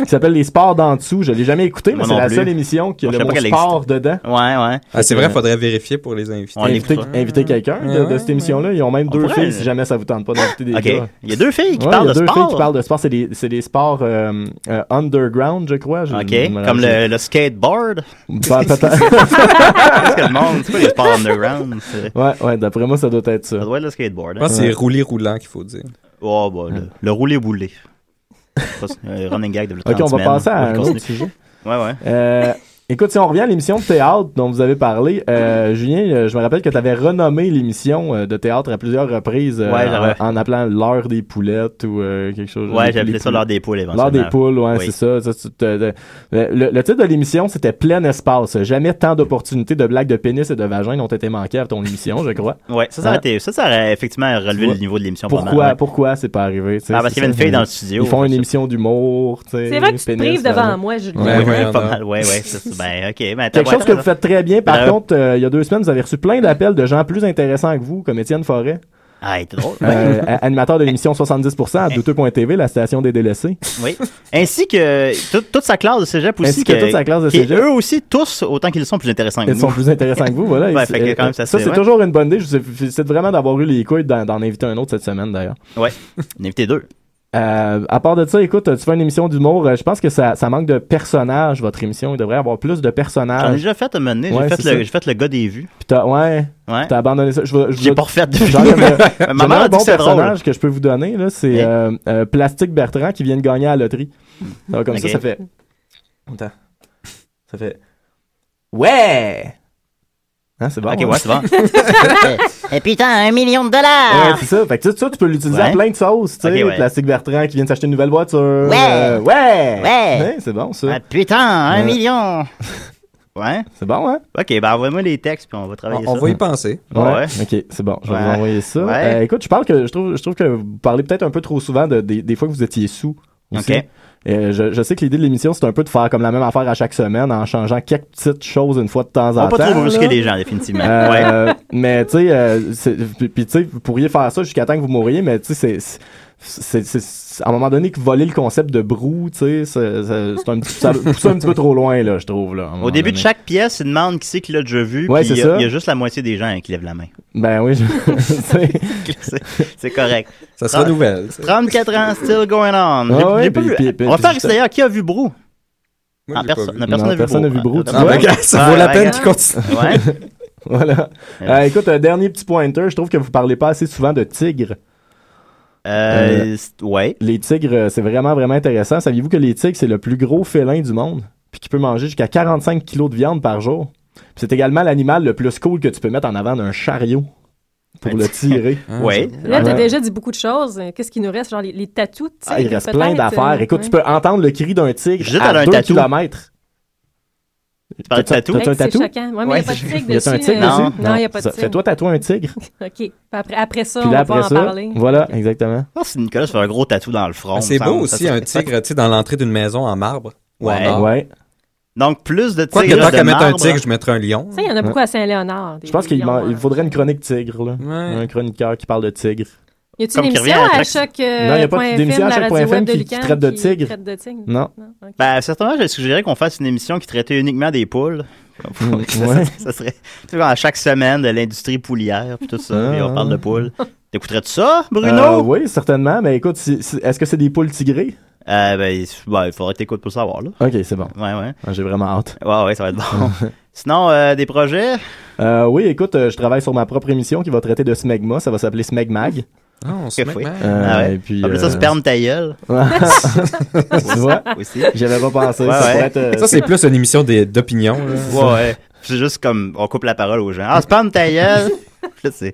S7: qui s'appelle Les sports d'en dessous. Je l'ai jamais écouté, mais
S5: Moi
S7: c'est
S5: non
S7: la
S5: plus.
S7: seule émission qui a
S5: Moi, je savais
S7: le mot
S5: pas qu'elle
S7: sport dedans.
S5: Ouais, ouais.
S10: Ah, c'est vrai, faudrait vérifier pour les invités.
S7: Inviter, inviter quelqu'un de- de,
S10: Ouais,
S7: cette émission-là. Ils ont même deux
S10: pourrait.
S7: filles si jamais ça vous tente pas d'inviter des
S5: Ok.
S7: gars.
S5: Il y a deux filles qui
S7: Ouais,
S5: parlent
S7: il y a
S5: de
S7: deux
S5: sport.
S7: filles qui parlent de sport. C'est des, c'est des sports euh, euh, underground, je crois. Je- je me
S5: OK. Comme
S7: rappelle.
S5: le, le skateboard.
S7: Ben, peut-être.
S5: Qu'est-ce que le monde? C'est pas les sports underground. c'est-
S7: Ouais, ouais, d'après moi, ça doit être ça.
S5: Ça doit être le skateboard.
S10: Je
S5: hein.
S10: pense que c'est rouler-roulant qu'il faut dire.
S5: Oh, bah, le, le roulé-boulé. Euh, running gag de
S7: Ok,
S5: 30
S7: on va
S5: semaines.
S7: passer à un
S5: continue.
S7: autre sujet.
S5: Ouais, ouais.
S7: Euh, écoute, si on revient à l'émission de théâtre dont vous avez parlé, euh, Julien, euh, je me rappelle que tu avais renommé l'émission euh, de théâtre à plusieurs reprises euh,
S5: Ouais, j'avais-
S7: en, en appelant l'heure des poulettes ou euh, quelque chose.
S5: Ouais,
S7: Les-
S5: j'ai appelé
S7: les
S5: ça l'heure des poules, éventuellement.
S7: L'heure des poules, ouais,
S5: Oui.
S7: c'est ça. Ça, tu te- te- le, le titre de l'émission, c'était Plein espace. Jamais tant d'opportunités de blagues de pénis et de vagin n'ont été manquées à ton émission, je crois.
S5: Ouais, ça, ça aurait
S7: Hein?
S5: été- ça, ça aurait effectivement relevé
S7: Ouais.
S5: le niveau de l'émission. pas mal,
S7: Pourquoi,
S5: ouais.
S7: pourquoi c'est pas arrivé? tu sais,
S5: Ah, parce
S7: c'est
S5: qu'il y avait
S7: ça.
S5: une fille dans le studio,
S7: Ils font
S5: fait
S7: une
S5: que-
S7: émission d'humour.
S8: C'est vrai que tu te prives
S7: euh,
S8: devant moi, Julien.
S5: Ouais, ouais,
S7: Ben voyons
S5: pas
S7: donc.
S5: mal. Ouais, ouais. c'est- c'est- ben, ok. Ben, attends,
S7: Quelque chose
S5: attends,
S7: que vous
S5: attends.
S7: faites très bien. Par
S5: Ben,
S7: contre, euh, il y a deux semaines, vous avez reçu plein d'appels de gens plus intéressants que vous, comme Étienne Forêt.
S5: Ah, il était drôle.
S7: euh, a- animateur de l'émission 70% à douteux.tv, la station des délaissés.
S5: Oui. Ainsi que tout- toute sa classe de cégep aussi.
S7: Ainsi que toute sa classe de
S5: qui,
S7: cégep.
S5: Eux aussi, tous, autant qu'ils le sont, plus intéressants que
S7: Ils
S5: nous.
S7: sont plus intéressants que vous, voilà.
S5: Ouais,
S7: Ils-
S5: fait que quand même, ça,
S7: ça,
S5: c'est
S7: c'est
S5: vrai.
S7: toujours une bonne idée. Je vous félicite vraiment d'avoir eu les couilles d'en d'en inviter un autre cette semaine, d'ailleurs.
S5: Ouais. On a invité deux.
S7: Euh, à part de ça, écoute, tu fais une émission d'humour. euh, Je pense que ça, ça manque de personnages, votre émission. Il devrait y avoir plus de personnages.
S5: J'en ai déjà fait un moment donné. J'ai
S7: Ah. Ouais,
S5: fait
S7: c'est
S5: le-
S7: ça.
S5: j'ai fait le gars des vues.
S7: Puis t'as, ouais,
S5: Ouais.
S7: t'as abandonné ça. Je vais- je
S5: J'ai
S7: vais-
S5: pas refait de
S7: J'en ai un-
S5: Ma
S7: j'en ai
S5: mère a
S7: un
S5: dit
S7: bon
S5: que c'est drôle.
S7: personnage que je peux vous donner, là, c'est euh, euh, Plastique Bertrand qui vient de gagner à la loterie. Donc, comme ça,
S12: Ok.
S7: ça fait... Ça fait... Ouais! Hein, c'est bon.
S5: Ok,
S7: hein?
S5: ouais, c'est bon.
S12: Et putain, un million de dollars
S7: Ouais, c'est ça. Fait que ça, ça, tu peux l'utiliser à
S12: Ouais.
S7: plein de sauces, tu sais.
S12: Ok, ouais.
S7: Plastique Bertrand qui vient de s'acheter une nouvelle voiture.
S12: Ouais.
S7: ouais.
S12: Ouais.
S7: c'est bon, ça.
S5: Ah, putain, un
S7: Ouais.
S5: million. Ouais.
S7: C'est bon, hein?
S5: Ok, ben envoie-moi les textes, puis on va travailler
S10: On
S5: ça.
S10: va y penser.
S7: Ouais.
S5: Ouais.
S7: Ok, c'est bon. Je vais
S5: Ouais.
S7: vous envoyer ça.
S5: Ouais.
S7: Euh, écoute, je parle que je trouve, je trouve que vous parlez peut-être un peu trop souvent de, des, des fois que vous étiez sous. aussi.
S5: Ok.
S7: Euh, je, je sais que l'idée de l'émission, c'est un peu de faire comme la même affaire à chaque semaine en changeant quelques petites choses une fois de temps en
S5: On va
S7: temps.
S5: pas trop
S7: là.
S5: brusquer les gens, définitivement.
S7: Euh, Mais tu sais, euh, c'est- puis- puis tu sais, vous pourriez faire ça jusqu'à temps que vous mouriez, mais tu sais, c'est- c'est- c'est, c'est- c'est- à un moment donné que voler le concept de brou, tu sais, c'est, c'est- c'est un petit, ça pousse un petit peu trop loin, là, je trouve. Là, à un moment
S5: Au début de
S7: donné.
S5: chaque pièce, il demande qui c'est qui l'a déjà vu.
S7: Ouais,
S5: puis
S7: c'est
S5: il y,
S7: ça.
S5: a- il y a juste la moitié des gens hein, qui lèvent la main.
S7: Ben oui, je... c'est-
S5: C'est- c'est correct.
S10: Ça sera
S5: Tren-
S10: nouvelle, ça.
S5: 34 ans, still going on.
S7: Ah
S5: J'ai-
S7: ouais,
S5: j'ai pas
S7: puis-
S5: vu-
S7: puis- puis-
S5: on va
S7: puis
S5: faire
S7: juste-
S5: d'ailleurs qui a vu Brou. Ah,
S7: j'ai pas
S5: personne
S7: vu.
S5: non, personne
S7: Non,
S5: n'a vu
S7: personne n'a vu Brou,
S5: Ah,
S7: tu
S5: ah,
S7: vois.
S5: regarde.
S10: Ça vaut la
S5: Ah,
S10: peine
S5: regarde.
S10: qu'il continue.
S5: Ouais.
S7: voilà. Euh, écoute, un dernier petit pointer, je trouve que vous parlez pas assez souvent de tigres.
S5: Euh, ouais.
S7: Les tigres, euh, c'est vraiment, vraiment intéressant. Saviez-vous que les tigres, c'est le plus gros félin du monde, puis qui peut manger jusqu'à 45 kilos de viande par jour. Puis c'est également l'animal le plus cool que tu peux mettre en avant d'un chariot pour le tirer.
S10: Ah.
S5: Ouais.
S8: Là, t'as
S7: Ouais.
S8: déjà dit beaucoup de choses. Qu'est-ce qui nous reste? Genre les, les tatous, tu sais,
S7: Ah, il reste
S8: peut-être,
S7: plein d'affaires.
S8: euh,
S7: Écoute, tu
S8: ouais.
S7: peux entendre le cri d'un tigre
S5: Juste dans
S7: à
S5: un
S7: 2
S5: tatou.
S7: kilomètres. Tu
S5: parles de tatou?
S7: un
S8: Hey, c'est
S7: tatou?
S8: choquant. Ouais, mais il y a pas de tigre
S7: Y a-tu un
S8: dessus,
S7: tigre
S8: euh,
S7: dessus?
S8: non, il y a pas de
S7: Ça-
S8: tigre.
S7: Fais-toi tatouer un tigre.
S8: OK. Puis Après, après ça,
S7: Puis
S8: on
S7: là,
S8: va pas
S7: après
S8: en
S7: ça,
S8: parler.
S7: voilà, exactement.
S5: Ah, si Nicolas se fait un gros tatou dans le front.
S10: Ben, c'est
S5: me semble.
S10: beau aussi,
S5: Ça,
S10: un
S5: ça-
S10: tigre, tu sais, dans l'entrée d'une maison en marbre. ou en
S5: Ouais.
S10: or.
S7: Ouais.
S5: Donc, plus de
S10: Quoi que
S5: tigres
S10: tant
S5: de
S10: qu'à mettre un
S5: marbre.
S10: tigre, je mettrais un lion.
S8: Ça, il y en a beaucoup à Saint-Léonard. des-
S7: Je pense
S8: des
S7: qu'il
S8: lions,
S7: m'en-
S8: hein.
S7: il faudrait une chronique tigre, là.
S10: Ouais.
S7: Un chroniqueur qui parle de tigre.
S8: Y a-t-il
S5: Comme
S8: une
S5: qui
S8: émission
S5: revient à
S8: à
S5: la
S8: chaque
S7: Non, y a pas d'émission à chaque point FM qui- qui traite de tigre.
S8: traite de tigre?
S7: Non.
S8: ok.
S5: Ben, certainement, je suggérais qu'on fasse une émission qui traitait uniquement des poules. ça,
S7: Mm, ouais.
S5: ça- ça serait tu sais, à chaque semaine de l'industrie poulière puis tout ça,
S7: Ah,
S5: et on parle de poules. T'écouterais-tu ça,
S7: Euh,
S5: Bruno?
S7: oui, certainement. Mais écoute, si- si- est-ce que c'est des poules tigrées?
S5: Euh, ben, ben, il faudrait que t'écoutes pour le savoir, là.
S7: Ok, c'est bon.
S5: Ouais, ouais.
S7: Ah, J'ai vraiment hâte.
S5: Ouais, ouais, ça va être bon. Sinon, euh, des projets?
S7: Euh, oui, écoute, euh, je travaille sur ma propre émission qui va traiter de smegma. Ça va s'appeler Smegmag.
S10: Ah, on se
S5: Que
S10: met
S5: fait?
S10: mal.
S7: Euh,
S5: Ah ouais.
S7: et puis,
S5: Appelez ça
S7: euh,
S5: sperme ta gueule.
S7: tu vois?
S5: Aussi.
S7: J'avais pas pensé.
S5: Ouais,
S7: ça
S5: ouais.
S7: pourrait être, euh,
S10: Ça, c'est plus une émission des- d'opinion. là.
S5: Ouais, ouais. C'est juste comme, on coupe la parole aux gens. Ah, sperme ta gueule! Là, c'est...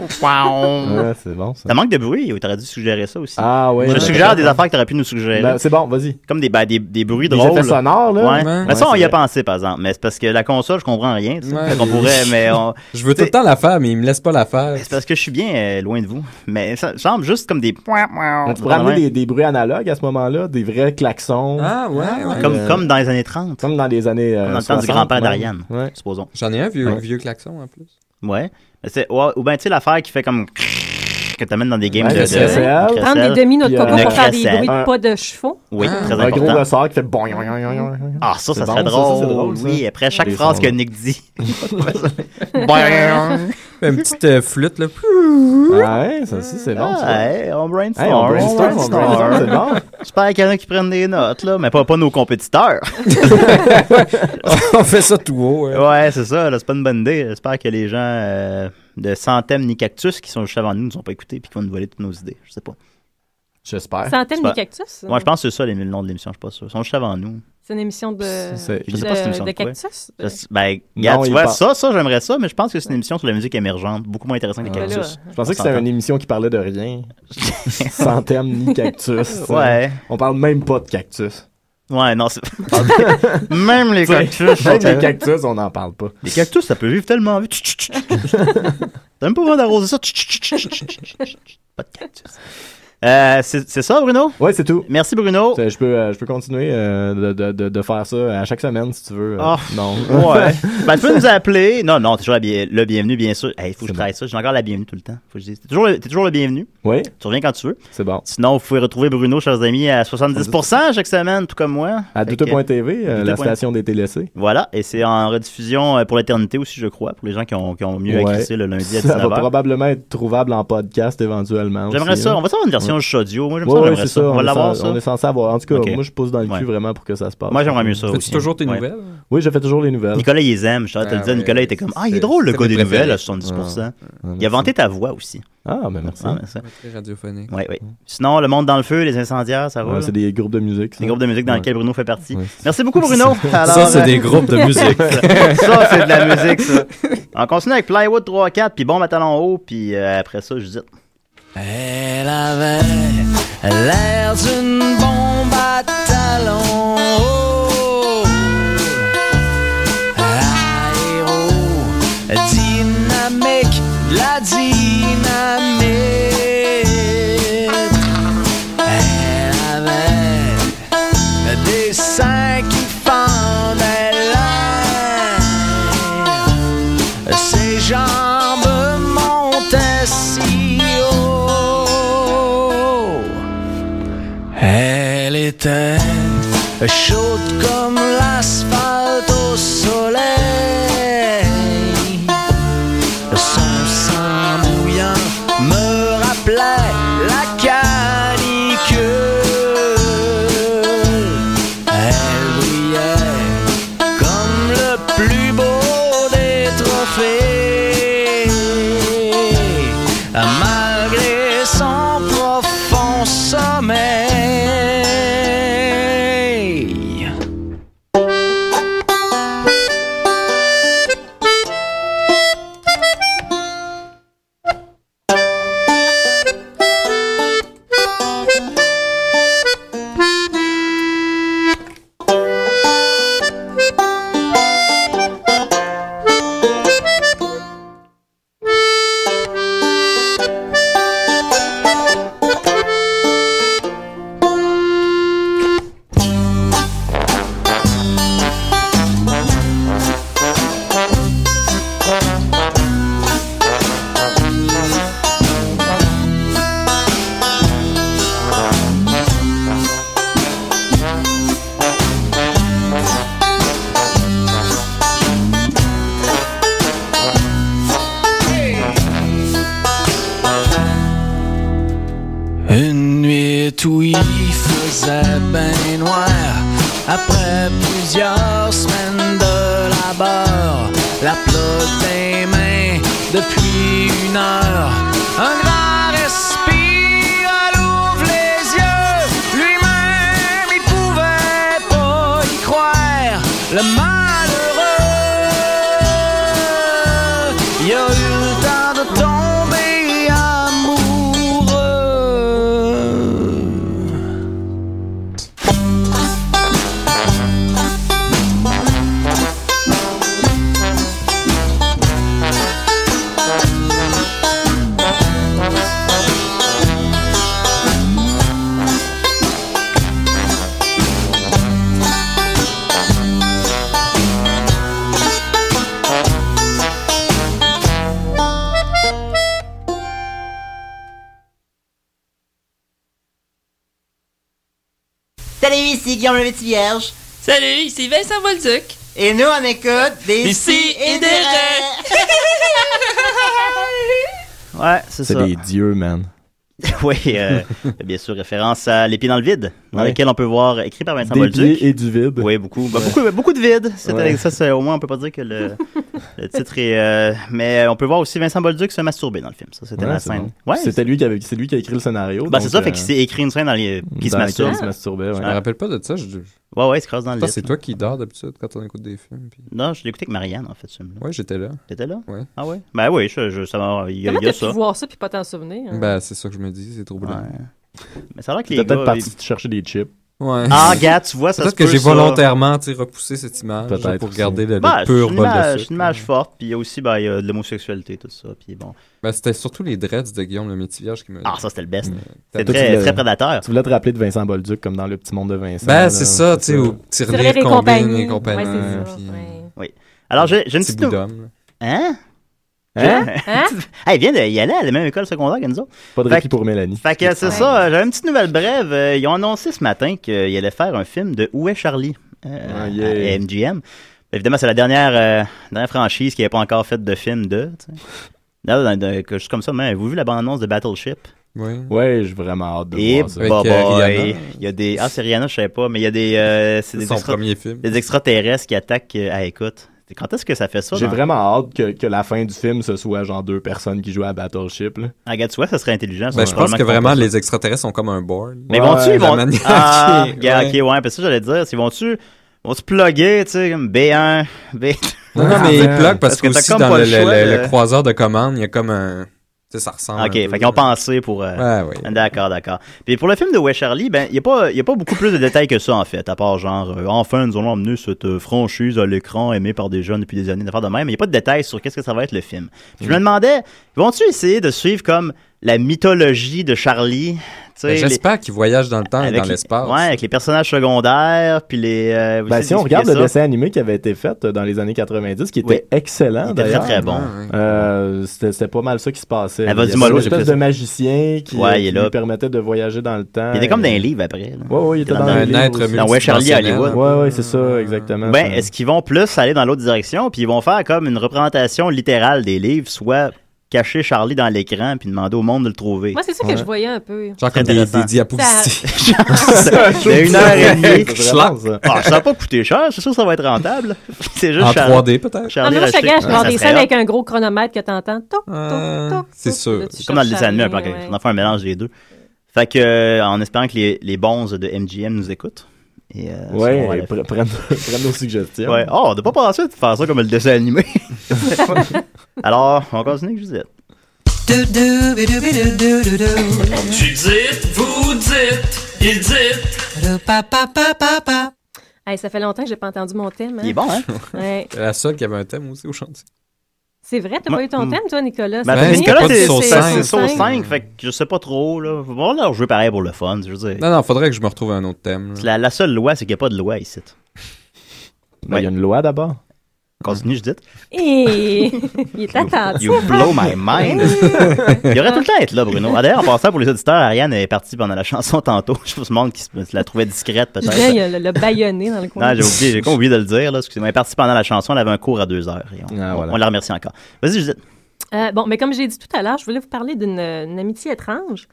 S7: ouais, c'est bon, ça.
S5: Ça manque de bruit, t'aurais dû suggérer ça aussi.
S7: Ah ouais.
S5: Je
S7: ouais.
S5: suggère des affaires que t'aurais pu nous suggérer.
S7: Ben, c'est bon, vas-y.
S5: Comme des, ben, des, des bruits
S7: Des
S5: drôles.
S7: effets sonores, là.
S5: Ouais.
S10: Ouais.
S5: Mais ça,
S7: Ouais,
S5: on y
S7: c'est
S5: a
S7: vrai.
S5: pensé, par exemple. Mais c'est parce que la console, je comprends rien. tu sais.
S10: Ouais.
S5: Fait qu'on pourrait, mais on...
S10: Je veux tout le temps la faire, mais il me laisse pas la faire.
S5: c'est parce que je suis bien euh, loin de vous. Mais ça semble juste comme des.
S7: On pourrait amener des, des bruits analogues à ce moment-là, des vrais klaxons.
S10: Ah, ouais, ouais.
S5: Comme,
S7: euh,
S5: comme dans les années 30.
S7: Comme dans les années. euh,
S5: Comme dans le temps du
S7: 60,
S5: grand-père
S7: ouais.
S5: d'Ariane,
S7: Ouais.
S5: supposons.
S10: J'en ai un vieux,
S7: Ouais.
S10: vieux klaxon en plus.
S5: Ouais. Mais c'est- ouais, Ou bien, tu sais, l'affaire qui fait comme. que t'amènes dans des games
S7: Ouais,
S5: de.
S7: le
S5: de-
S7: CSL.
S5: de
S8: Prendre
S5: crécelle.
S8: des demi-notes de
S7: Puis, euh,
S8: coco pour faire des
S5: Cressel.
S8: bruits
S7: Un-
S8: de pas de chevaux.
S5: Oui, très
S7: Ah. Un gros
S5: important.
S7: ressort qui fait bon. yon, yon, yon, yon, yon.
S5: Ah, ça, ça
S7: C'est
S5: serait
S7: bon, ça,
S5: drôle.
S7: ça, c'est drôle, ça.
S5: Oui, après chaque
S7: Des
S5: phrase
S7: sons,
S5: que
S7: là.
S5: Nick dit.
S10: Une petite euh, flûte, là.
S7: Ouais, ça aussi, c'est bon. ça.
S5: Ouais, Ah, on brainstorm.
S7: Hey, on brainstorm, on brainstorm, c'est bon.
S5: J'espère qu'il y en a qui prennent des notes, là, mais pas, pas nos compétiteurs.
S10: on fait ça tout haut. hein.
S5: ouais, c'est ça, là, c'est pas une bonne idée. J'espère que les gens euh, de Centem ni Cactus qui sont juste avant nous nous ont pas écoutés puis qui vont nous voler toutes nos idées. Je sais pas.
S7: J'espère.
S8: Centaines
S5: pas-
S8: de cactus.
S5: Moi, je pense que c'est ça les- le nom de l'émission, je suis pas sûr. Ils sont juste avant nous.
S8: C'est une émission de,
S7: C'est-
S8: de,
S5: je sais pas si c'est une émission
S8: de
S5: de quoi.
S8: cactus.
S5: Je- Ben, regarde, tu
S7: il
S5: vois,
S7: parle-
S5: ça, ça, j'aimerais ça, mais je pense que c'est une émission sur la musique émergente, beaucoup moins intéressante que
S8: Ah,
S7: ben
S8: là.
S5: Cactus.
S7: Je pensais que
S5: On
S7: c'était
S5: s'entend.
S7: une émission qui parlait de rien. Sans thème ni cactus.
S5: Ouais.
S7: On parle même pas de cactus.
S5: Ouais, non, c'est. Même les cactus.
S7: Même
S5: sont-
S7: les cactus, on n'en parle pas.
S5: Les cactus, ça peut vivre tellement vite. Chut, chut, chut, chut. T'as même pas besoin d'arroser ça. Chut, chut, chut, chut, chut, chut, chut, chut. Pas de cactus. Euh, c'est c'est ça, Bruno?
S7: Ouais, c'est tout.
S5: Merci, Bruno.
S7: Je peux, euh, je peux continuer euh, de, de- de- de faire ça à chaque semaine si tu veux. euh,
S5: Ah.
S7: Non.
S5: Ouais. ben, tu peux nous appeler. Non, non, t'es toujours la bien- le bienvenu, bien sûr. Hey, faut que je
S7: C'est
S5: travaille ça. J'ai encore la bienvenue tout le temps. Faut que je dise. T'es toujours, le- t'es toujours le bienvenu.
S7: oui,
S5: Tu reviens quand tu veux.
S7: c'est bon.
S5: Sinon, vous pouvez retrouver Bruno, chers amis, à 70% chaque semaine, tout comme moi.
S7: À
S5: Fait que,
S7: douteux.tv, euh, la
S5: douteux point-
S7: station des TLC.
S5: Voilà. Et c'est en rediffusion euh, pour l'éternité aussi, je crois, pour les gens qui ont, qui ont mieux à
S7: Ouais.
S5: crisser le lundi à
S7: Ça va
S5: 19h.
S7: probablement être trouvable en podcast éventuellement.
S5: J'aimerais
S7: aussi,
S5: ça.
S7: hein.
S5: On va savoir une version juste audio. Moi, j'aime
S7: Ouais,
S5: ça.
S7: ouais,
S5: J'aimerais
S7: c'est
S5: ça. On
S7: on,
S5: va
S7: est
S5: l'avoir,
S7: cen-
S5: ça.
S7: on est censé avoir. En tout cas,
S5: Ok.
S7: moi, je pousse dans le
S5: Ouais.
S7: cul vraiment pour que ça se passe.
S5: Moi, j'aimerais mieux ça aussi. hein.
S10: Fais-tu toujours tes
S5: Ouais.
S10: nouvelles?
S7: Oui, je fais toujours les nouvelles.
S5: Nicolas, il les aime. Je te
S10: Ah,
S5: le disais,
S10: ouais.
S5: Nicolas était comme Ah, il est
S10: C'est-
S5: drôles, le
S10: c'est
S5: gars
S10: mes
S5: des
S10: préférés.
S5: nouvelles à 70%. Il a vanté ta voix aussi.
S7: Ah, ben merci.
S5: Ah, mais ça-
S10: Très radiophonique.
S5: Ouais, ouais. Sinon, Le Monde dans le Feu, Les Incendiaires, ça
S7: Ouais,
S5: roule.
S7: c'est des groupes de musique. ça.
S5: Des groupes de musique dans
S7: Ouais.
S5: lesquels Bruno fait partie.
S7: Ouais.
S5: Merci beaucoup, Bruno.
S10: ça, c'est
S5: euh,
S10: des groupes de musique.
S5: ça, c'est de la musique, ça. On continue avec Plywood 3-4, puis Bon Matalon Haut, puis euh, après ça, je dis.
S4: Elle avait l'air d'une bombe à talons hauts. Aéro, dynamique, de la dynamite. Elle avait des seins qui pendaient l'air. Ses jambes montaient si haut. était chaude comme l'asphalte au soleil. Son sang mouillant me rappelait la canicule. Elle brillait comme le plus beau des trophées. Malgré son profond sommeil. Une nuit où il faisait bien noir, après plusieurs semaines de labeur, la pelote des mains depuis une heure. Un grand respire, elle ouvre les yeux, lui-même il pouvait pas y croire. Le malheureux, il a eu le temps de tomber amoureux.
S12: Salut, ici Guillaume le Petit Vierge. Salut, ici Vincent Bolduc. Et nous, on écoute des si et des
S5: Ouais, c'est
S7: C'est
S5: ça.
S7: des dieux, man.
S5: oui, euh, bien sûr, référence à Les pieds dans le vide, dans
S7: Ouais.
S5: lequel on peut voir, écrit par Vincent
S7: Des
S5: Bolduc.
S7: pieds et du vide.
S5: Oui, beaucoup. Bah, beaucoup, beaucoup de vide. C'est
S7: Ouais.
S5: avec ça, c'est- au moins, on peut pas dire que le, le titre est. euh, mais on peut voir aussi Vincent Bolduc se masturber dans le film. Ça, c'était
S7: Ouais,
S5: la
S7: c'est
S5: scène.
S7: bon.
S5: Ouais,
S7: C'était lui qui avait- c'est lui qui a écrit le scénario.
S5: Bah, c'est
S7: donc,
S5: ça,
S7: euh,
S5: fait qu'il s'est écrit une scène dans les... qui se
S7: dans laquelle
S5: masturbe.
S7: il se masturbait, Ah, ouais.
S10: Je me rappelle pas de ça. Je...
S5: Ouais, ouais, il se croise dans le
S10: Attends,
S5: lit.
S10: C'est toi qui dors d'habitude quand on écoute des films. puis-
S5: Non, je l'ai écouté avec Marianne, en fait, ce film-là.
S10: Ouais, j'étais là.
S5: T'étais là?
S10: Ouais.
S5: Ah ouais? Ben oui, je, je- ça m'a. Il y a,
S8: Comment
S5: il y a
S8: t'as pu
S5: ça.
S8: voir ça puis pas t'en souvenir? hein?
S10: Ben, c'est ça que je me dis, c'est trop blanc.
S5: Mais ça a l'air que
S7: T'es
S5: les
S7: peut-être
S5: gars.
S7: parti
S5: ils-
S7: te chercher des chips.
S10: Ouais.
S5: Ah, gars, tu vois, ça se
S10: Peut-être que
S5: peut,
S10: j'ai
S5: ça.
S10: volontairement tu sais, repoussé cette image
S7: Peut-être
S10: pour
S7: aussi.
S10: garder le, le
S5: Ben,
S10: pur
S5: c'est une
S10: bol
S5: image-
S10: de
S5: c'est
S10: sucre.
S5: une image forte, puis il y a aussi ben, il y a de l'homosexualité, tout ça. Puis bon.
S10: Ben, c'était surtout les dreads de Guillaume le Métivierge qui me.
S5: Ah, ça, c'était le best.
S10: T'as-
S5: C'était
S7: tu
S5: très,
S7: l'as-
S5: très prédateur.
S7: Tu voulais te rappeler de Vincent Bolduc comme dans Le Petit Monde de Vincent.
S10: Ben,
S7: là,
S10: c'est ça, tu sais, où tu
S8: C'est vrai,
S10: relires combine et
S8: Ouais,
S10: compagnie.
S8: c'est ça.
S10: puis,
S8: ouais.
S5: Alors, j'ai j'ai une
S10: Petit
S5: petite.
S10: bout
S5: nou-
S10: d'homme.
S5: Hein?
S7: Hein?
S5: J'ai-
S8: Hein?
S5: Hey, Elle vient de y aller à la même école secondaire que nous autres.
S7: Pas de
S5: Fait
S7: répit
S5: que-
S7: pour Mélanie.
S5: Fait que c'est ça, euh, j'avais une petite nouvelle brève. Euh, Ils ont annoncé ce matin qu'ils allaient faire un film de Où est Charlie euh,
S7: Ah, yeah.
S5: à MGM. Évidemment, c'est la dernière, euh, dernière franchise qui n'avait pas encore fait de film de. tu sais. Là, dans- dans- que- juste comme ça, mais avez-vous vu la bande-annonce de Battleship?
S10: Ouais.
S7: Ouais, j'ai vraiment hâte de
S5: Et
S7: voir ça.
S10: Avec,
S5: bah,
S10: euh,
S5: bah,
S10: Rihanna.
S5: et- il y a des. Ah, c'est Rihanna, je sais pas, mais il y a des. euh, c'est
S10: C'est
S5: des,
S10: son
S5: extra-
S10: premier film.
S5: des extraterrestres qui attaquent euh, à écoute. Quand est-ce que ça fait ça?
S7: J'ai
S5: dans-
S7: vraiment hâte que, que la fin du film, ce soit genre deux personnes qui jouent à Battleship. Là.
S5: Ah, regarde, tu vois, ça serait intelligent. ça,
S10: Ben, je pense
S5: probablement
S10: que
S5: qu'ils font
S10: vraiment,
S5: pas ça.
S10: les extraterrestres sont comme un board.
S5: Mais
S7: Ouais,
S5: vont-tu, ils
S10: la
S5: vont.
S10: manière
S5: Ah,
S10: qui-
S5: gars,
S10: ouais.
S5: ok, ouais, parce que j'allais dire, c'est vont-tu. Vont-tu plugger, tu sais, comme B1, B.
S10: Non, non, mais
S7: Ah,
S10: ils
S7: ben.
S10: plug
S5: Parce
S10: parce
S5: que
S10: que
S5: t'as
S10: aussi
S5: comme
S10: dans
S5: pas
S10: le,
S5: le choix
S10: le- le-
S5: de-
S10: le croiseur de commande, il y a comme un. Tu sais, ça ressemble.
S5: Ok,
S10: un peu,
S5: fait qu'ils ont
S10: là.
S5: pensé pour. euh,
S10: Ouais, Ben, ouais.
S5: D'accord, d'accord. Puis pour le film de Wes Charlie, ben, il n'y a, pas- y a pas beaucoup plus de détails que ça, en fait, à part genre, euh, enfin, nous allons emmener cette euh, franchise à l'écran aimée par des jeunes depuis des années, d'affaires de même, mais il n'y a pas de détails sur qu'est-ce que ça va être le
S10: Mm.
S5: film. Puis je me demandais, vont-tu essayer de suivre comme la mythologie de Charlie, sais, les-
S10: Ben, J'espère qu'ils voyagent dans le temps et
S5: avec
S10: dans
S5: les-
S10: l'espace.
S5: Ouais, avec les personnages secondaires, puis les. euh, vous
S7: Ben,
S5: essayez
S7: si on
S5: d'expliquer
S7: regarde le
S5: ça.
S7: dessin animé qui avait été fait euh, dans les années 90, qui était
S5: Oui.
S7: excellent
S5: Il était très,
S7: d'ailleurs.
S10: Ah,
S5: très bon.
S7: Euh, c'était, c'était pas mal ça qui se passait.
S5: Ava
S7: Il y
S5: du Molo,
S7: avait une
S5: j'ai plus
S7: espèce
S5: ça.
S7: de magicien qui,
S5: Ouais, il est
S7: qui
S5: là.
S7: lui permettait de voyager dans le temps.
S5: Il était comme dans
S7: Et-
S5: un livre après. là.
S7: Ouais, ouais, il était dans,
S5: un
S7: le livre
S5: être
S7: aussi.
S5: Dans Ouais, Charlie à Hollywood.
S7: Ouais, ouais, c'est ça, exactement.
S5: Ben,
S7: Ça-
S5: est-ce qu'ils vont plus aller dans l'autre direction, puis ils vont faire comme une représentation littérale des livres, soit cacher Charlie dans l'écran, puis demander au monde de le trouver.
S8: Moi, c'est ça que je voyais un peu.
S5: Genre comme des- des
S8: diapositives.
S5: C'est Ben, une heure et demie.
S10: C'est vraiment ça.
S5: Ah, ça va pas coûter cher, c'est sûr que ça va être rentable. C'est juste
S10: En
S5: Charlie-
S10: 3D peut-être?
S8: Ah,
S5: Charlie
S8: mais moi, je te
S5: racheté.
S8: gage,
S5: Ouais,
S8: genre
S5: ça
S8: des
S5: serait
S8: scènes
S5: hot.
S8: avec un gros chronomètre que t'entends. Toc, toc, toc.
S5: C'est sûr.
S8: tu
S5: Comme dans
S8: cherches
S5: les années,
S8: Charlie,
S5: on a fait un mélange des deux. Fait que, euh, en espérant que les, les bons de MGM nous écoutent. Et, euh,
S7: Ouais,
S5: ça, on va
S7: et
S5: le-
S7: pre- prennent, prennent nos suggestions.
S5: Ouais. Oh, on n'a pas pensé de faire ça comme le dessin animé. Alors, on continue avec Josette.
S6: Tu dites, vous dites, ils dites.
S8: Hey, ça fait longtemps que j'ai pas entendu mon thème.
S10: Il est bon, hein?
S8: Ouais.
S10: C'est la seule qui avait un thème aussi au chantier.
S8: C'est vrai, t'as
S10: Moi-
S8: pas eu ton
S10: Mm.
S8: thème, toi, Nicolas?
S10: Ben,
S8: C'est
S10: Nicolas,
S8: vrai?
S10: t'es-
S5: C'est
S10: Sauce
S5: c'est-
S10: cinq.
S5: c'est sauce
S10: Cinq.
S5: 5, fait que je sais pas trop, là. Bon, là, jouer pareil pour le fun, je veux dire.
S10: Non, non, faudrait que je me retrouve un autre thème. là.
S5: La, la seule loi, c'est qu'il n'y a pas de loi ici.
S7: Ben, il y a une loi d'abord.
S5: Continue, je dis.
S8: Et... Il est attentif.
S5: You blow my mind. Il aurait tout le temps à être là, Bruno. Ah, D'ailleurs, en passant pour les auditeurs, Ariane est partie pendant la chanson tantôt. Je vous demande qui se se la trouvait discrète,
S8: Je dirais, il y
S5: peut-être.
S8: a le, le baïonné dans le coin.
S5: Non, j'ai oublié, j'ai con- oublié de le dire, là. Excusez-moi. Elle est partie pendant la chanson, elle avait un cours à deux heures. et on, on- on la remercie encore. Vas-y, Judith.
S8: Euh, bon, mais comme j'ai dit tout à l'heure, je voulais vous parler d'une euh, une amitié étrange.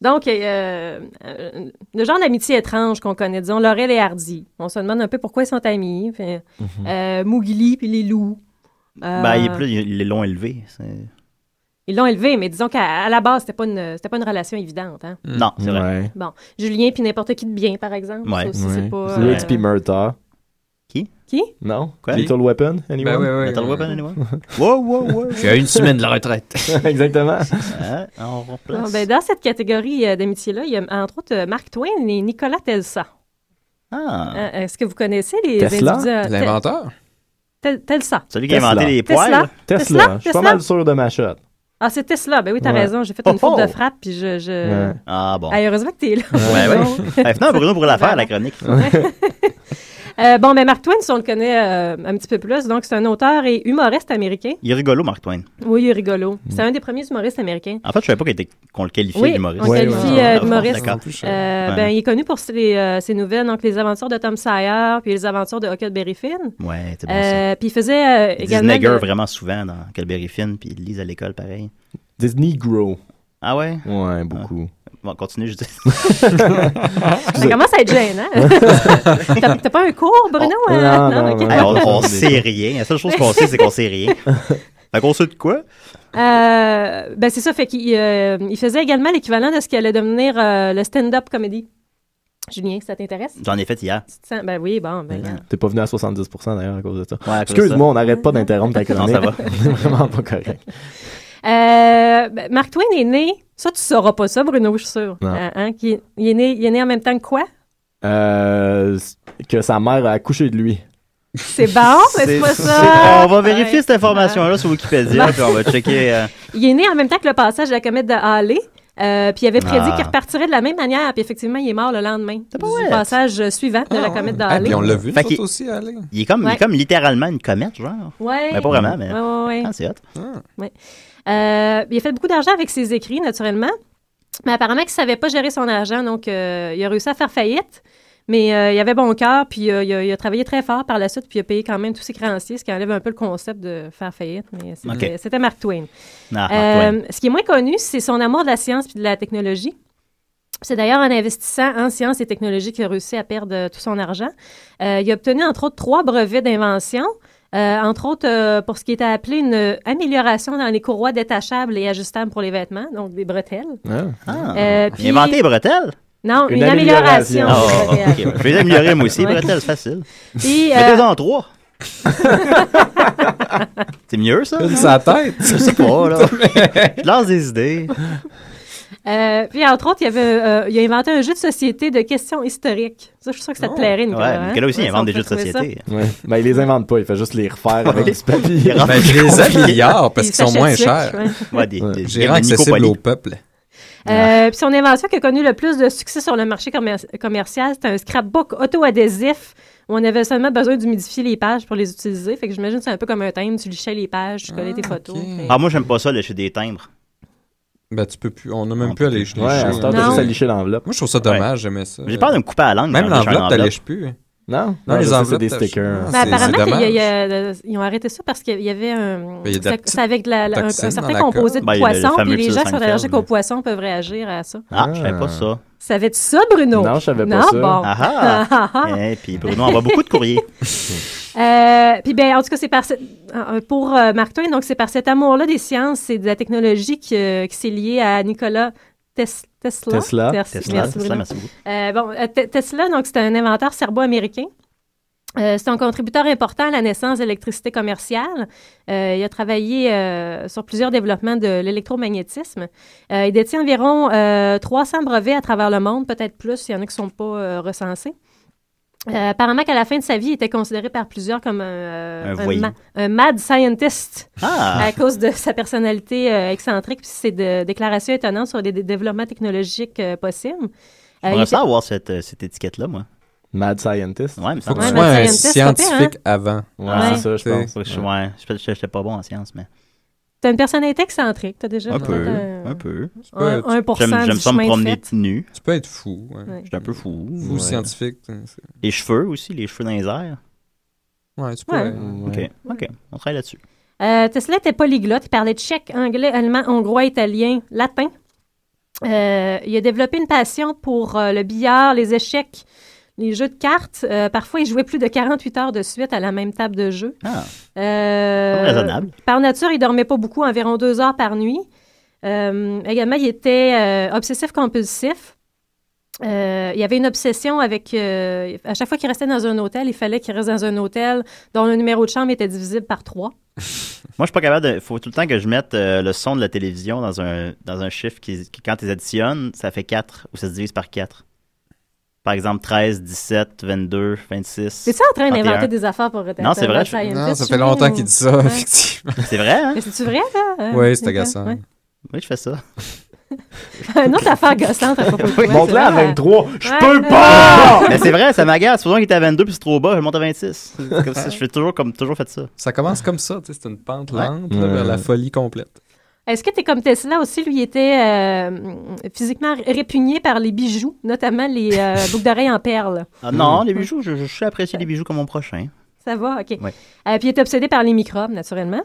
S8: Donc, euh, euh, le genre d'amitié étrange qu'on connaît, disons, Laurel et Hardy. On se demande un peu pourquoi ils sont amis. Puis, euh, Mowgli puis les loups. Euh,
S5: Mhm. Ben, il est plus, il est long élevé. c'est-
S8: Ils l'ont élevé, mais disons qu'à à la base, c'était pas une, c'était pas une relation évidente. Hein?
S5: Non, c'est vrai.
S8: Bon, Julien puis n'importe qui de bien, par exemple. Ça aussi, c'est pas... euh,
S7: Riggs puis Murta.
S5: Qui
S8: Qui
S7: Non.
S5: Quoi?
S7: Little Weapon, anyone?
S5: Ben ouais, ouais, Little ouais. Weapon, anyone? Wow, wow, wow.
S7: Je
S5: Je suis à une semaine de la
S7: retraite. Exactement.
S5: Ah, on
S8: bon,
S5: remplace.
S8: ben, dans cette catégorie euh, d'amitié-là, il y a entre autres euh, Mark Twain et Nicolas Telsa.
S5: Ah.
S8: Euh, Est-ce que vous connaissez les
S7: Tesla?
S8: individus...
S10: L'inventeur?
S8: Tel- Telsa.
S5: Celui
S7: Tesla.
S8: Tesla.
S7: Tesla. Je suis pas
S8: Tesla?
S7: mal sûr de ma shot.
S8: Ah, c'est Tesla. Ben oui, t'as
S7: Ouais.
S8: raison. J'ai fait
S7: Oh,
S8: une faute
S7: oh!
S8: de frappe, puis je... je...
S7: Ouais.
S5: Ah, bon.
S8: Ah, heureusement que t'es là.
S5: Ouais, ouais. Eh, Finalement, Bruno pourrait la faire, la chronique.
S8: Euh, bon, ben Mark Twain, si on le connaît euh, un petit peu plus, donc c'est un auteur et humoriste américain.
S5: Il est rigolo, Mark Twain.
S8: Oui, il est rigolo. C'est un des premiers humoristes américains.
S5: En fait, je savais pas qu'il était- qu'on le qualifiait
S8: Oui,
S5: d'humoriste.
S8: on le qualifie euh, d'humoriste.
S7: Ah.
S5: D'accord.
S8: Euh,
S5: Ouais.
S8: ben, il est connu pour ses, euh, ses nouvelles, donc les aventures de Tom Sawyer, puis les aventures de Huckleberry Finn.
S5: Ouais, c'est bon ça.
S8: Euh, puis il faisait euh,
S5: Ils disent
S8: également...
S5: nigger
S8: de-
S5: vraiment souvent dans Calberry Finn, puis ils le lisent à l'école pareil.
S7: Disney Grow.
S5: Ah ouais?
S7: Ouais, beaucoup.
S5: Bon, continue, je dis.
S8: Ça commence à être gênant. T'as- T'as pas un cours, Bruno? hein? ok.
S5: Hey, on, on sait rien. La seule chose qu'on sait, c'est qu'on sait rien. Fait qu'on sait de quoi?
S8: Euh, ben c'est ça, fait qu'il euh, il faisait également l'équivalent de ce qui allait devenir euh, le stand-up comedy. Julien, ça t'intéresse?
S5: J'en ai fait hier.
S8: Tu te sens- Ben oui, bon, ben, regarde.
S7: T'es pas venu à 70% d'ailleurs à cause de ça.
S5: Ouais, à cause de
S7: Excuse-moi,
S5: ça.
S7: on n'arrête pas d'interrompre ta
S5: Non,
S7: chronique.
S5: ça va.
S7: C'est vraiment pas correct.
S8: Euh, ben, Mark Twain est né, ça tu sauras pas ça, Bruno, je suis sûr.
S7: Non.
S8: il, est né, il est né en même temps que quoi?
S7: Euh, que sa mère a accouché de lui.
S8: C'est bon, mais c'est pas
S5: c'est-
S8: ça.
S7: Ah,
S5: On va vérifier cette information-là sur Wikipédia, puis on va checker. euh,
S8: Il est né en même temps que le passage de la comète de Halley. euh, puis il avait prédit
S5: Ah.
S8: qu'il repartirait de la même manière, puis effectivement, il est mort le lendemain du passage euh, suivant de la comète de
S5: Ah,
S8: Halley.
S5: puis on l'a vu, nous
S8: Fait
S5: autres
S8: qu'il-
S5: aussi, Il est, comme, il
S8: Ouais.
S5: est comme littéralement une comète, genre.
S8: Ouais.
S5: Ben, pas vraiment, mais.
S8: Ouais, ouais, ouais.
S5: Ah, c'est hot.
S8: Ouais. Euh, il a fait beaucoup d'argent avec ses écrits, naturellement. Mais apparemment, qu'il ne savait pas gérer son argent, donc euh, il a réussi à faire faillite. Mais euh, il avait bon cœur, puis euh, il, a, il a travaillé très fort par la suite, puis il a payé quand même tous ses créanciers, ce qui enlève un peu le concept de faire faillite. Mais c'était
S5: Ok.
S8: c'était Mark Twain.
S5: Ah, Mark
S8: Euh,
S5: Twain.
S8: ce qui est moins connu, c'est son amour de la science puis de la technologie. C'est d'ailleurs en investissant en sciences et technologies qu'il a réussi à perdre euh, tout son argent. Euh, il a obtenu, entre autres, trois brevets d'invention, euh, entre autres euh, pour ce qui était appelé une amélioration dans les courroies détachables et ajustables pour les vêtements, donc des bretelles.
S5: Ah.
S8: Euh,
S5: Il a inventé les bretelles?
S8: Non, une, amélioration.
S5: Ah,
S8: des bretelles.
S5: ok. Je vais les améliorer, moi aussi, les
S8: Ouais. Euh,
S5: bretelles, c'est facile.
S8: Puis,
S5: Mettez-en trois. C'est mieux, ça?
S10: Une sa tête.
S5: Je sais pas, là. Je lance des idées.
S8: Euh, puis, entre autres, il, y avait, euh, il a inventé un jeu de société de questions historiques. Ça, je suis sûre que
S5: Oh,
S8: ça te plairait, Nicolas. hein? Ouais, ça, on peut trouver ça.
S7: Ouais. Ben, il les invente pas, il fait juste les refaire avec du papier.
S10: Ben, je les améliore parce qu'ils sont moins chers.
S5: Ouais, des- des-
S10: J'ai
S5: des
S10: accessible
S5: Nicopoli.
S10: au peuple. Ah.
S8: Euh, Puis son invention qui a connu le plus de succès sur le marché commer- commercial, c'est un scrapbook auto-adhésif où on avait seulement besoin d'humidifier les pages pour les utiliser. Fait que j'imagine que c'est un peu comme un thème, tu lichais les pages, tu collais tes photos. fait-
S5: Ah, moi, j'aime pas ça, lécher des timbres.
S10: Ben, tu peux plus. On n'a même plus à lécher.
S7: Ah, Ouais, à cette heure, t'as Non. juste à licher l'enveloppe.
S10: Moi, je trouve ça dommage, j'aimais ça.
S5: J'ai peur de me couper la langue.
S10: Même
S5: quand je lèche un
S10: l'enveloppe, t'as
S5: enveloppe.
S10: lèches plus. hein.
S7: Non?
S10: Non,
S7: Non,
S10: les
S7: ça, c'est
S10: enveloppes.
S7: des
S10: t'as-
S7: stickers.
S10: Ah,
S8: Ben,
S10: c'est-
S8: apparemment,
S10: c'est
S8: il y a-
S10: dommage.
S8: il y a- ils ont arrêté ça parce qu'il y avait un.
S10: Il y a de la
S8: ça-
S10: petite
S8: c'est avec de la- la- un, un
S10: toxine dans
S8: certain
S10: la
S8: composé de
S10: colle. Ben, il y a le
S8: poisson,
S10: fameux
S8: puis les gens qui sont
S10: Seinfeld,
S8: allergiques
S10: là.
S8: aux poissons peuvent réagir à ça.
S5: Ah, je savais pas ça.
S8: Savais-tu ça, Bruno?
S5: Non, je savais pas
S8: Non,
S5: ça.
S8: bon.
S5: Ah, Et puis, Bruno envoie beaucoup de courriers.
S8: Euh, puis ben, en tout cas, c'est par ce- euh, pour euh, Mark Twain, donc c'est par cet amour-là des sciences et de la technologie que- euh, qui s'est lié à Nicolas Tes- Tesla.
S7: Tesla.
S8: Merci,
S7: Tesla,
S8: merci,
S7: Tesla,
S8: Bruno.
S7: merci beaucoup.
S8: Euh, bon, euh, Te- Tesla, donc c'est un inventeur serbo-américain. Euh, c'est un contributeur important à la naissance de l'électricité commerciale. Euh, il a travaillé euh, sur plusieurs développements de l'électromagnétisme. Euh, il détient environ euh, 300 brevets à travers le monde, peut-être plus, il y en a qui ne sont pas euh, recensés. Euh, apparemment qu'à la fin de sa vie, il était considéré par plusieurs comme un, euh,
S5: Un voyou.
S8: un mad scientist
S5: Ah!
S8: à cause de sa personnalité euh, excentrique puis ses de- déclarations étonnantes sur les dé- développements technologiques euh, possibles. Euh, il
S5: J'aimerais
S8: était-
S5: ça avoir cette, euh, cette étiquette-là, moi.
S7: Mad Scientist.
S5: Ouais, il me
S10: Faut
S5: semble.
S10: que tu sois
S8: ben,
S10: un scientifique avant.
S7: Ouais, Ouais. c'est ça, je pense.
S5: Ouais, je- ouais, je- je- j'étais pas bon en sciences, mais.
S8: T'as une personnalité excentrique. T'as déjà
S5: Un
S8: fait,
S5: peu.
S8: euh,
S5: Un peu.
S8: un- 1%
S5: J'aime
S8: du
S5: j'aime ça me
S8: chemin de
S5: promener
S8: fait.
S5: nu.
S10: Tu peux être fou. ouais.
S8: Ouais.
S5: J'étais un peu fou.
S10: Fou scientifique.
S5: Les cheveux aussi, les cheveux dans les airs.
S10: Ouais, tu euh,
S8: Ouais.
S10: pourrais.
S5: Ok, ok. On travaille là-dessus.
S8: Euh, Tesla était polyglotte. Il parlait tchèque, anglais, allemand, hongrois, italien, latin. Euh, il a développé une passion pour euh, le billard, les échecs, les jeux de cartes. Euh, parfois, il jouait plus de 48 heures de suite à la même table de jeu.
S5: Ah.
S8: Euh,
S5: Pas raisonnable.
S8: Par nature, il dormait pas beaucoup, environ deux heures par nuit. Euh, également, il était euh, obsessif-compulsif. Euh, il y avait une obsession avec. euh, à chaque fois qu'il restait dans un hôtel, il fallait qu'il reste dans un hôtel dont le numéro de chambre était divisible par trois.
S5: Moi, je suis pas capable de. faut tout le temps que je mette euh, le son de la télévision dans un, dans un chiffre qui, qui, quand ils additionnent, ça fait 4 ou ça se divise par 4. Par exemple, 13, 17, 22, 26.
S8: T'es-tu en train d'inventer des affaires pour être
S5: Ah, hein? Non, c'est vrai.
S8: un
S5: je-
S8: scientist, Non, ça fait
S10: Julien, longtemps ou- qu'il dit ça,
S8: Ouais.
S10: effectivement.
S5: C'est vrai, hein?
S8: Mais c'est-tu vrai, ça? Euh,
S10: Ouais, c'est
S8: Nicolas?
S10: agaçant.
S8: Ouais.
S5: Oui, je fais ça.
S8: Une autre affaire agaçante à propos de toi, c'est
S5: Monte-la à
S8: vrai.
S5: 23.
S8: Ouais.
S5: Je peux pas! Mais c'est vrai, ça m'agace. Souvent qu'il était à 22 puis c'est trop bas, je le monte à 26. C'est comme ça, je fais toujours comme toujours fait ça.
S10: Ça commence comme ça, tu sais, c'est une pente
S5: Ouais.
S10: lente là, vers la
S5: Ouais.
S10: folie complète.
S8: Est-ce que t'es comme Tesla aussi? Lui, il était euh, physiquement répugné par les bijoux, notamment les euh, boucles d'oreilles en perles.
S5: Ah non, les bijoux, je, je sais apprécier les bijoux comme mon prochain.
S8: Ça va, OK.
S5: Ouais.
S8: Euh, puis il était obsédé par les microbes, naturellement.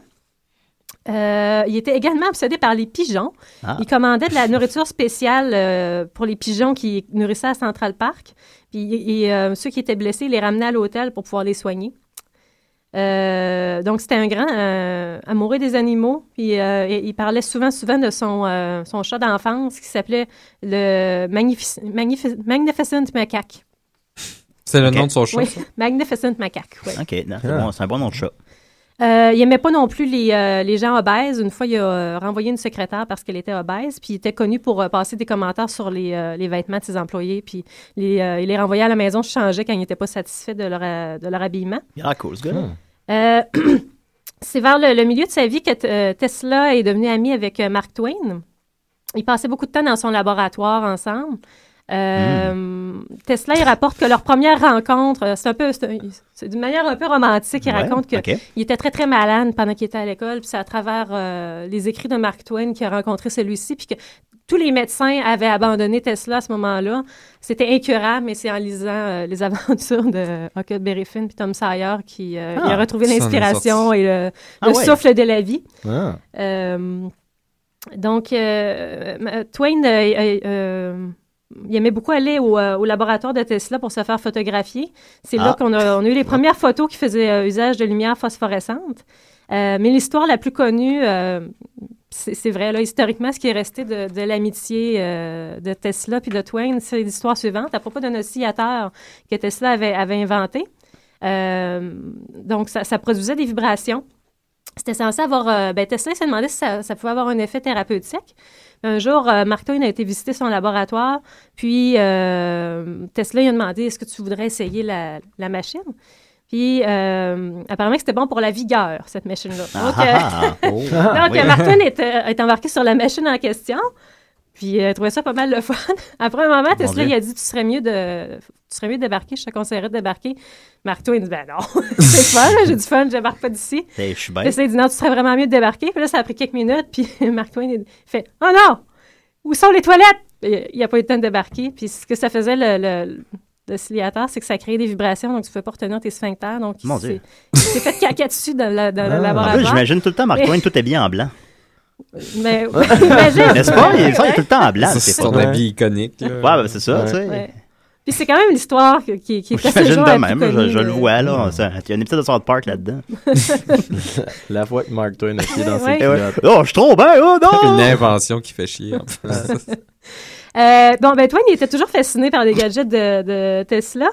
S8: Euh, il était également obsédé par les pigeons.
S5: Ah.
S8: Il commandait de la nourriture spéciale euh, pour les pigeons qui nourrissaient à Central Park. Puis il- il, euh, ceux qui étaient blessés, il les ramenait à l'hôtel pour pouvoir les soigner. Euh, donc, c'était un grand euh, amoureux des animaux. Puis, euh, il, il parlait souvent, souvent de son, euh, son chat d'enfance qui s'appelait le Magnific- Magnific- Magnificent Macaque.
S10: C'est le nom de son chat.
S8: Oui,
S10: ça?
S8: Magnificent Macaque. oui.
S5: Ok, non, c'est bon, c'est un bon nom de chat.
S8: Euh, il aimait pas non plus les, euh, les gens obèses. Une fois, il a euh, renvoyé une secrétaire parce qu'elle était obèse, puis il était connu pour euh, passer des commentaires sur les, euh, les vêtements de ses employés, puis les, euh, il les renvoyait à la maison, changeait quand il n'était pas satisfait de leur, euh, de leur habillement.
S5: Ah, cool, ce gars-là.
S8: Euh, C'est vers le, le milieu de sa vie que euh, Tesla est devenu ami avec euh, Mark Twain. Ils passaient beaucoup de temps dans son laboratoire ensemble. Euh,
S13: Hmm.
S8: Tesla, il rapporte que leur première rencontre, euh, c'est un peu, c'est un- c'est d'une manière un peu romantique. Il
S13: Ouais,
S8: raconte qu'il
S13: ok.
S8: était très très malade pendant qu'il était à l'école, puis c'est à travers euh, les écrits de Mark Twain qu'il a rencontré celui-ci, puis que tous les médecins avaient abandonné Tesla à ce moment-là. C'était incurable, mais c'est en lisant euh, les aventures de Huckleberry Finn puis Tom Sawyer qu'il euh,
S13: Ah,
S8: il a retrouvé
S13: ça en est
S8: l'inspiration
S13: sorti.
S8: et le,
S13: Ah
S8: le
S13: ouais.
S8: souffle de la vie.
S13: Ah.
S8: Euh, donc, euh, euh, Twain, euh, euh, euh, il aimait beaucoup aller au, euh, au laboratoire de Tesla pour se faire photographier. C'est là
S13: Ah.
S8: qu'on a, on a eu les premières photos qui faisaient euh, usage de lumière phosphorescente. Euh, mais l'histoire la plus connue, euh, c'est c'est vrai, là, historiquement, ce qui est resté de, de l'amitié euh, de Tesla puis de Twain, c'est l'histoire suivante à propos d'un oscillateur que Tesla avait, avait inventé. Euh, donc, ça, ça produisait des vibrations. C'était censé avoir. euh, ben, Tesla s'est demandé si ça, ça pouvait avoir un effet thérapeutique. Un jour, euh, Mark Twain a été visiter son laboratoire, puis euh, Tesla lui a demandé est-ce que tu voudrais essayer la, la machine Puis euh, apparemment, que c'était bon pour la vigueur, cette machine-là. Donc,
S13: Ah, ah, ah.
S8: euh,
S13: Oh.
S8: donc,
S13: Oui.
S8: Mark Twain est, euh, est embarqué sur la machine en question. Puis euh, elle trouvait ça pas mal le fun. Après un moment,
S13: Mon
S8: Tesla,
S13: Dieu.
S8: il a dit Tu serais mieux de, tu serais mieux de débarquer, je te conseillerais de débarquer. Mark Twain dit Ben non, c'est fun, j'ai du fun, je débarque pas d'ici.
S5: Hey, je suis bien.
S8: Puis Tesla dit Non, tu serais vraiment mieux de débarquer. Puis là, ça a pris quelques minutes, puis Mark Twain il fait Oh non Où sont les toilettes Puis, Il n'a pas eu le temps de débarquer. Puis ce que ça faisait, le. le- le ciliateur, c'est que ça créait des vibrations, donc tu ne peux pas retenir tes sphincters. Donc, il
S5: Mon
S8: s'est
S5: Dieu. Ah.
S8: il s'est fait caca dessus dans, la- dans le
S5: En plus,
S8: laboratoire.
S5: j'imagine tout le temps Mark
S8: Mais-
S5: Twain tout habillé en blanc.
S8: Mais imagine.
S5: N'est-ce pas? Il, il est tout le temps en blanc.
S10: Ça, c'est son habit iconique, là.
S5: Ouais, ben, c'est ça, tu sais.
S8: Ouais. Puis c'est quand même l'histoire que- qui, qui est assez
S5: J'imagine
S8: jour
S5: de
S8: la
S5: même,
S8: plus
S5: je, je
S8: connue,
S5: le
S8: euh.
S5: vois là. ça- Il y a un épisode de South Park là-dedans.
S7: La fois que Mark Twain a pied dans ses
S8: Ouais.
S7: culottes.
S5: Oh, je suis trop bien, oh non!
S10: Une invention qui fait chier. en plus.
S8: Euh, bon, ben Twain, il était toujours fasciné par les gadgets de, de Tesla.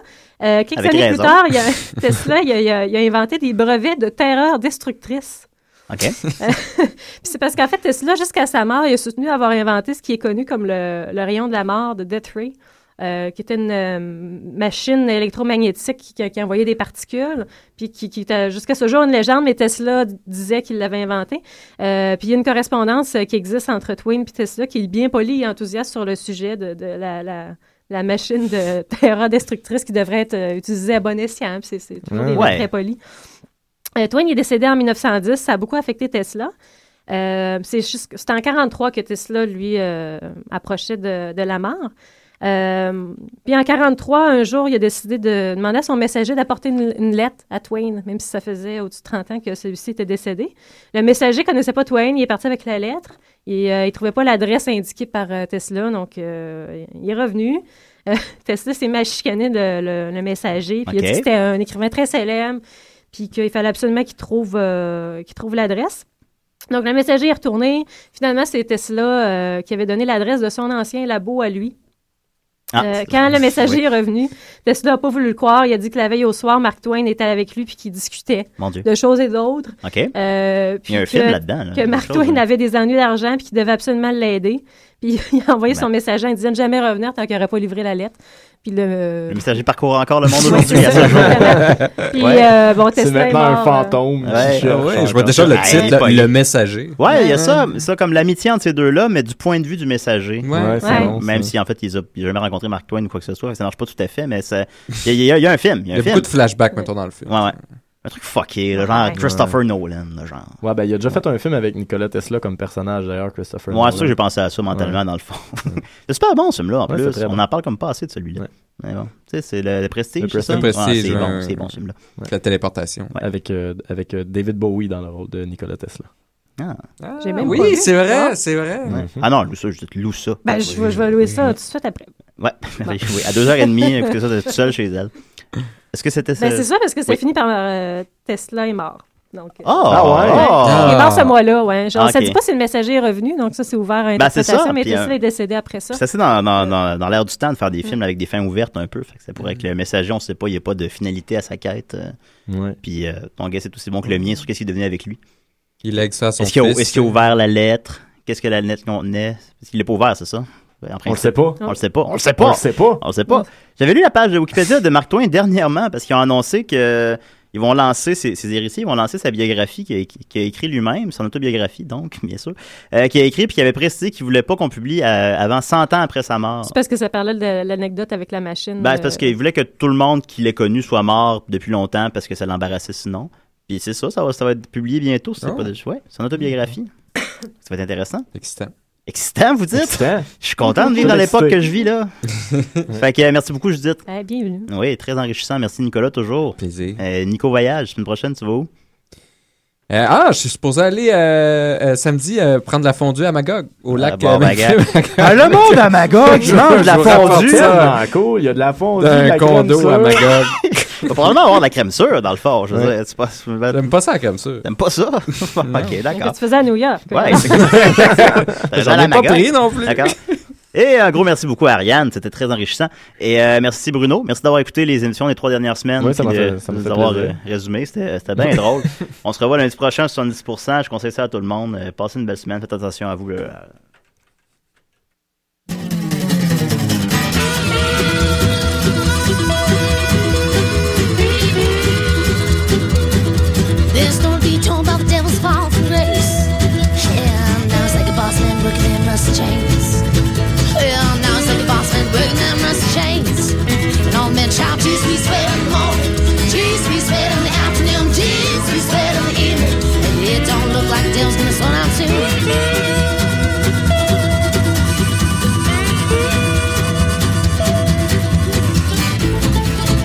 S8: Euh, quelques
S5: Avec
S8: années
S5: raison.
S8: plus tard, il a- Tesla, il a, il a- il a inventé des brevets de terreur destructrice.
S5: OK.
S8: Puis c'est parce qu'en fait, Tesla, jusqu'à sa mort, il a soutenu avoir inventé ce qui est connu comme le, le rayon de la mort de Death Ray, euh, qui était une euh, machine électromagnétique qui, qui- qui envoyait des particules, puis qui, qui était jusqu'à ce jour une légende, mais Tesla d- disait qu'il l'avait inventé. Euh, puis il y a une correspondance euh, qui existe entre Twain et Tesla qui est bien polie et enthousiaste sur le sujet de, de la... la la machine de terreur destructrice qui devrait être euh, utilisée à bon escient. hein, puis c'est- C'est toujours des mots
S13: Ouais.
S8: très polis. Euh, Twain il est décédé en 1910. Ça a beaucoup affecté Tesla. Euh, c'est jusqu- c'est en 43 que Tesla, lui, euh, approchait de, de la mort. Euh, puis en 43, un jour, il a décidé de demander à son messager d'apporter une, une lettre à Twain, même si ça faisait au-dessus de 30 ans que celui-ci était décédé. Le messager connaissait pas Twain, il est parti avec la lettre et euh, il trouvait pas l'adresse indiquée par euh, Tesla, donc euh, il est revenu. Euh, Tesla s'est machicané le, le- le messager, puis il a
S13: Ok.
S8: dit que c'était un écrivain très célèbre, puis qu'il fallait absolument qu'il trouve, euh, qu'il trouve l'adresse. Donc, le messager est retourné. Finalement, c'est Tesla euh, qui avait donné l'adresse de son ancien labo à lui.
S13: Ah,
S8: Euh,
S13: c'est-
S8: quand le messager
S13: oui.
S8: est revenu, Tesla n'a pas voulu le croire. Il a dit que la veille au soir, Mark Twain était avec lui puis qu'ils discutaient
S5: Mon Dieu.
S8: de choses et d'autres.
S5: OK.
S8: Euh, puis
S5: Il y a hein. un
S8: que-
S5: film là-dedans, là,
S8: que
S5: des
S8: Mark
S5: choses,
S8: Twain
S5: là.
S8: avait des ennuis d'argent puis qu'il devait absolument l'aider. Puis il a envoyé
S5: Ben.
S8: son messager en disant de jamais revenir tant qu'il n'aurait pas livré la lettre. Puis le,
S5: Le messager parcourt encore le monde aujourd'hui à ce jour.
S8: Puis, euh, bon, C'est Tesla est maintenant un mort,
S7: fantôme.
S5: Ouais.
S10: Ah ouais, je vois déjà le
S5: Ah,
S10: titre,
S5: il
S10: le-
S5: est pogné.
S10: le messager.
S5: Ouais, il y a
S10: Ouais.
S5: ça, ça comme l'amitié entre ces deux-là, mais du point de vue du messager.
S8: euh,
S10: Ouais, c'est Ouais. bon, ça.
S5: Même si en fait, il a il a jamais rencontré Mark Twain ou quoi que ce soit, ça marche pas tout à fait, mais ça. Il y, a- il y a- il y a un film. Il y a,
S10: Il
S5: un
S10: y a
S5: film.
S10: beaucoup de flashbacks, mettons, dans le film.
S5: Ouais, ouais. Un truc fucké, là, genre
S10: Ouais.
S5: Christopher
S10: Ouais.
S5: Nolan, là, genre.
S7: Ouais, ben il a déjà fait un film avec Nikola Tesla comme personnage d'ailleurs, Christopher.
S5: Moi, c'est sûr que j'ai pensé à ça mentalement, dans le fond. c'est super bon, ce film-là, en
S7: Ouais, c'est
S5: plus.
S7: très
S5: On
S7: bon.
S5: en parle comme pas assez de celui-là. Mais bon, tu sais, c'est le, le prestige.
S7: Le
S5: c'est ça?
S10: Le prestige,
S5: Ouais, c'est
S10: euh,
S5: bon, c'est bon, ce film-là.
S10: La téléportation.
S7: Avec, euh, avec euh, David Bowie dans le rôle de Nikola Tesla.
S5: Ah.
S8: J'ai même
S10: oui,
S8: pas vu,
S10: c'est vrai,
S8: ah.
S10: c'est vrai.
S5: Ouais. Ah non, loue ça, je te loue ça.
S8: Ben, je, vais- je vais louer ça tout de suite après.
S5: Ouais, oui, à 2h30, écoutez ça tout seul chez elle. Est-ce que c'était
S8: Ben, c'est ça parce que ça
S5: Oui.
S8: finit par euh, Tesla est mort. Donc, euh,
S5: Ah ouais. Ah.
S8: Il est mort ce mois-là, ouais. Genre,
S5: Ah,
S8: Ça
S5: ok.
S8: dit pas si le messager est revenu, donc ça c'est ouvert à
S5: Ben, c'est ça,
S8: interprétation, mais
S5: puis,
S8: Tesla
S5: euh,
S8: est décédé après ça.
S5: Puis C'est assez dans, dans, dans, dans l'air du temps de faire des films avec des fins ouvertes un peu. Fait que ça pourrait être que le messager, on sait pas, il n'y a pas de finalité à sa quête. euh.
S7: Ouais.
S5: Puis euh, ton gars, c'est aussi bon que le mien sur qu'est-ce qu'il est devenu avec lui.
S10: Il lègue ça à son
S5: Est-ce qu'il a,
S10: fils. euh,
S5: est-ce qu'il a ouvert la lettre Qu'est-ce que la lettre contenait Parce qu'il l'a pas ouvert, c'est ça Ouais, en
S7: On le
S5: principe.
S7: sait pas.
S5: On le sait pas. On le sait pas.
S7: On le sait pas.
S5: On le sait pas. J'avais lu la page de Wikipédia de Mark Twain dernièrement parce qu'ils ont annoncé que euh, ils vont lancer ses, ses héritiers, ils vont lancer sa biographie qu'il a, qu'il a écrit lui-même, son autobiographie donc, bien sûr, euh, qu'il a écrit puis qu'il avait précisé qu'il voulait pas qu'on publie euh, avant 100 ans après sa mort.
S8: C'est parce que ça parlait de l'anecdote avec la machine.
S5: Ben, c'est
S8: euh,
S5: parce qu'il voulait que tout le monde qui l'ait connu soit mort depuis longtemps parce que ça l'embarrassait sinon. Puis c'est ça, ça va, ça va être publié bientôt, si c'est
S10: Oh.
S5: pas déjà- ouais, son autobiographie. ça va être intéressant.
S10: Excitant.
S5: Excitant, vous dites?
S7: Excitant.
S5: Je suis content de vivre dans l'époque
S7: Excité.
S5: que je vis, là. fait que euh, merci beaucoup, Judith.
S8: eh, bienvenue.
S5: Oui, très enrichissant. Merci, Nicolas, toujours. Euh,
S10: Plaisir.
S5: Nico Voyage, semaine prochaine, tu vas où?
S10: Euh, ah, je suis supposé aller euh, euh, samedi euh, prendre la fondue à Magog, au lac.
S5: bon,
S10: euh,
S5: ben, gars.
S10: Magog.
S5: Ah, le monde à Magog,
S10: Je
S5: il mange
S10: vous-
S5: de la
S10: je vous rapporte
S5: fondue.
S10: ça.
S7: Ah, cool, il y a de la fondue.
S10: D'un
S7: de la
S10: condo
S7: crème
S10: à
S7: sûre.
S10: Magog.
S5: Il va probablement avoir de la crème sûre, dans le fort. Je veux dire, c'est pas... T'aimes
S10: pas ça, la crème sûre?
S5: T'aimes pas ça? ok,
S8: Que
S5: d'accord.
S8: tu faisais à New York.
S5: Ouais,
S8: hein.
S5: c'est cool. T'as
S10: J'en
S5: raison,
S10: ai pas
S5: Magog.
S10: pris non plus.
S5: D'accord. Et un gros merci beaucoup à Ariane, c'était très enrichissant. Et euh, merci Bruno, merci d'avoir écouté les émissions des trois dernières semaines.
S7: Oui, ça
S5: puis
S7: m'a
S5: de-
S7: fait- ça m'a
S5: de
S7: fait
S5: nous avoir
S7: plaisir.
S5: euh, résumé, c'était c'était bien drôle. On se revoit lundi prochain à 70%, je conseille ça à tout le monde. Euh, Passez une belle semaine, faites attention à vous, euh,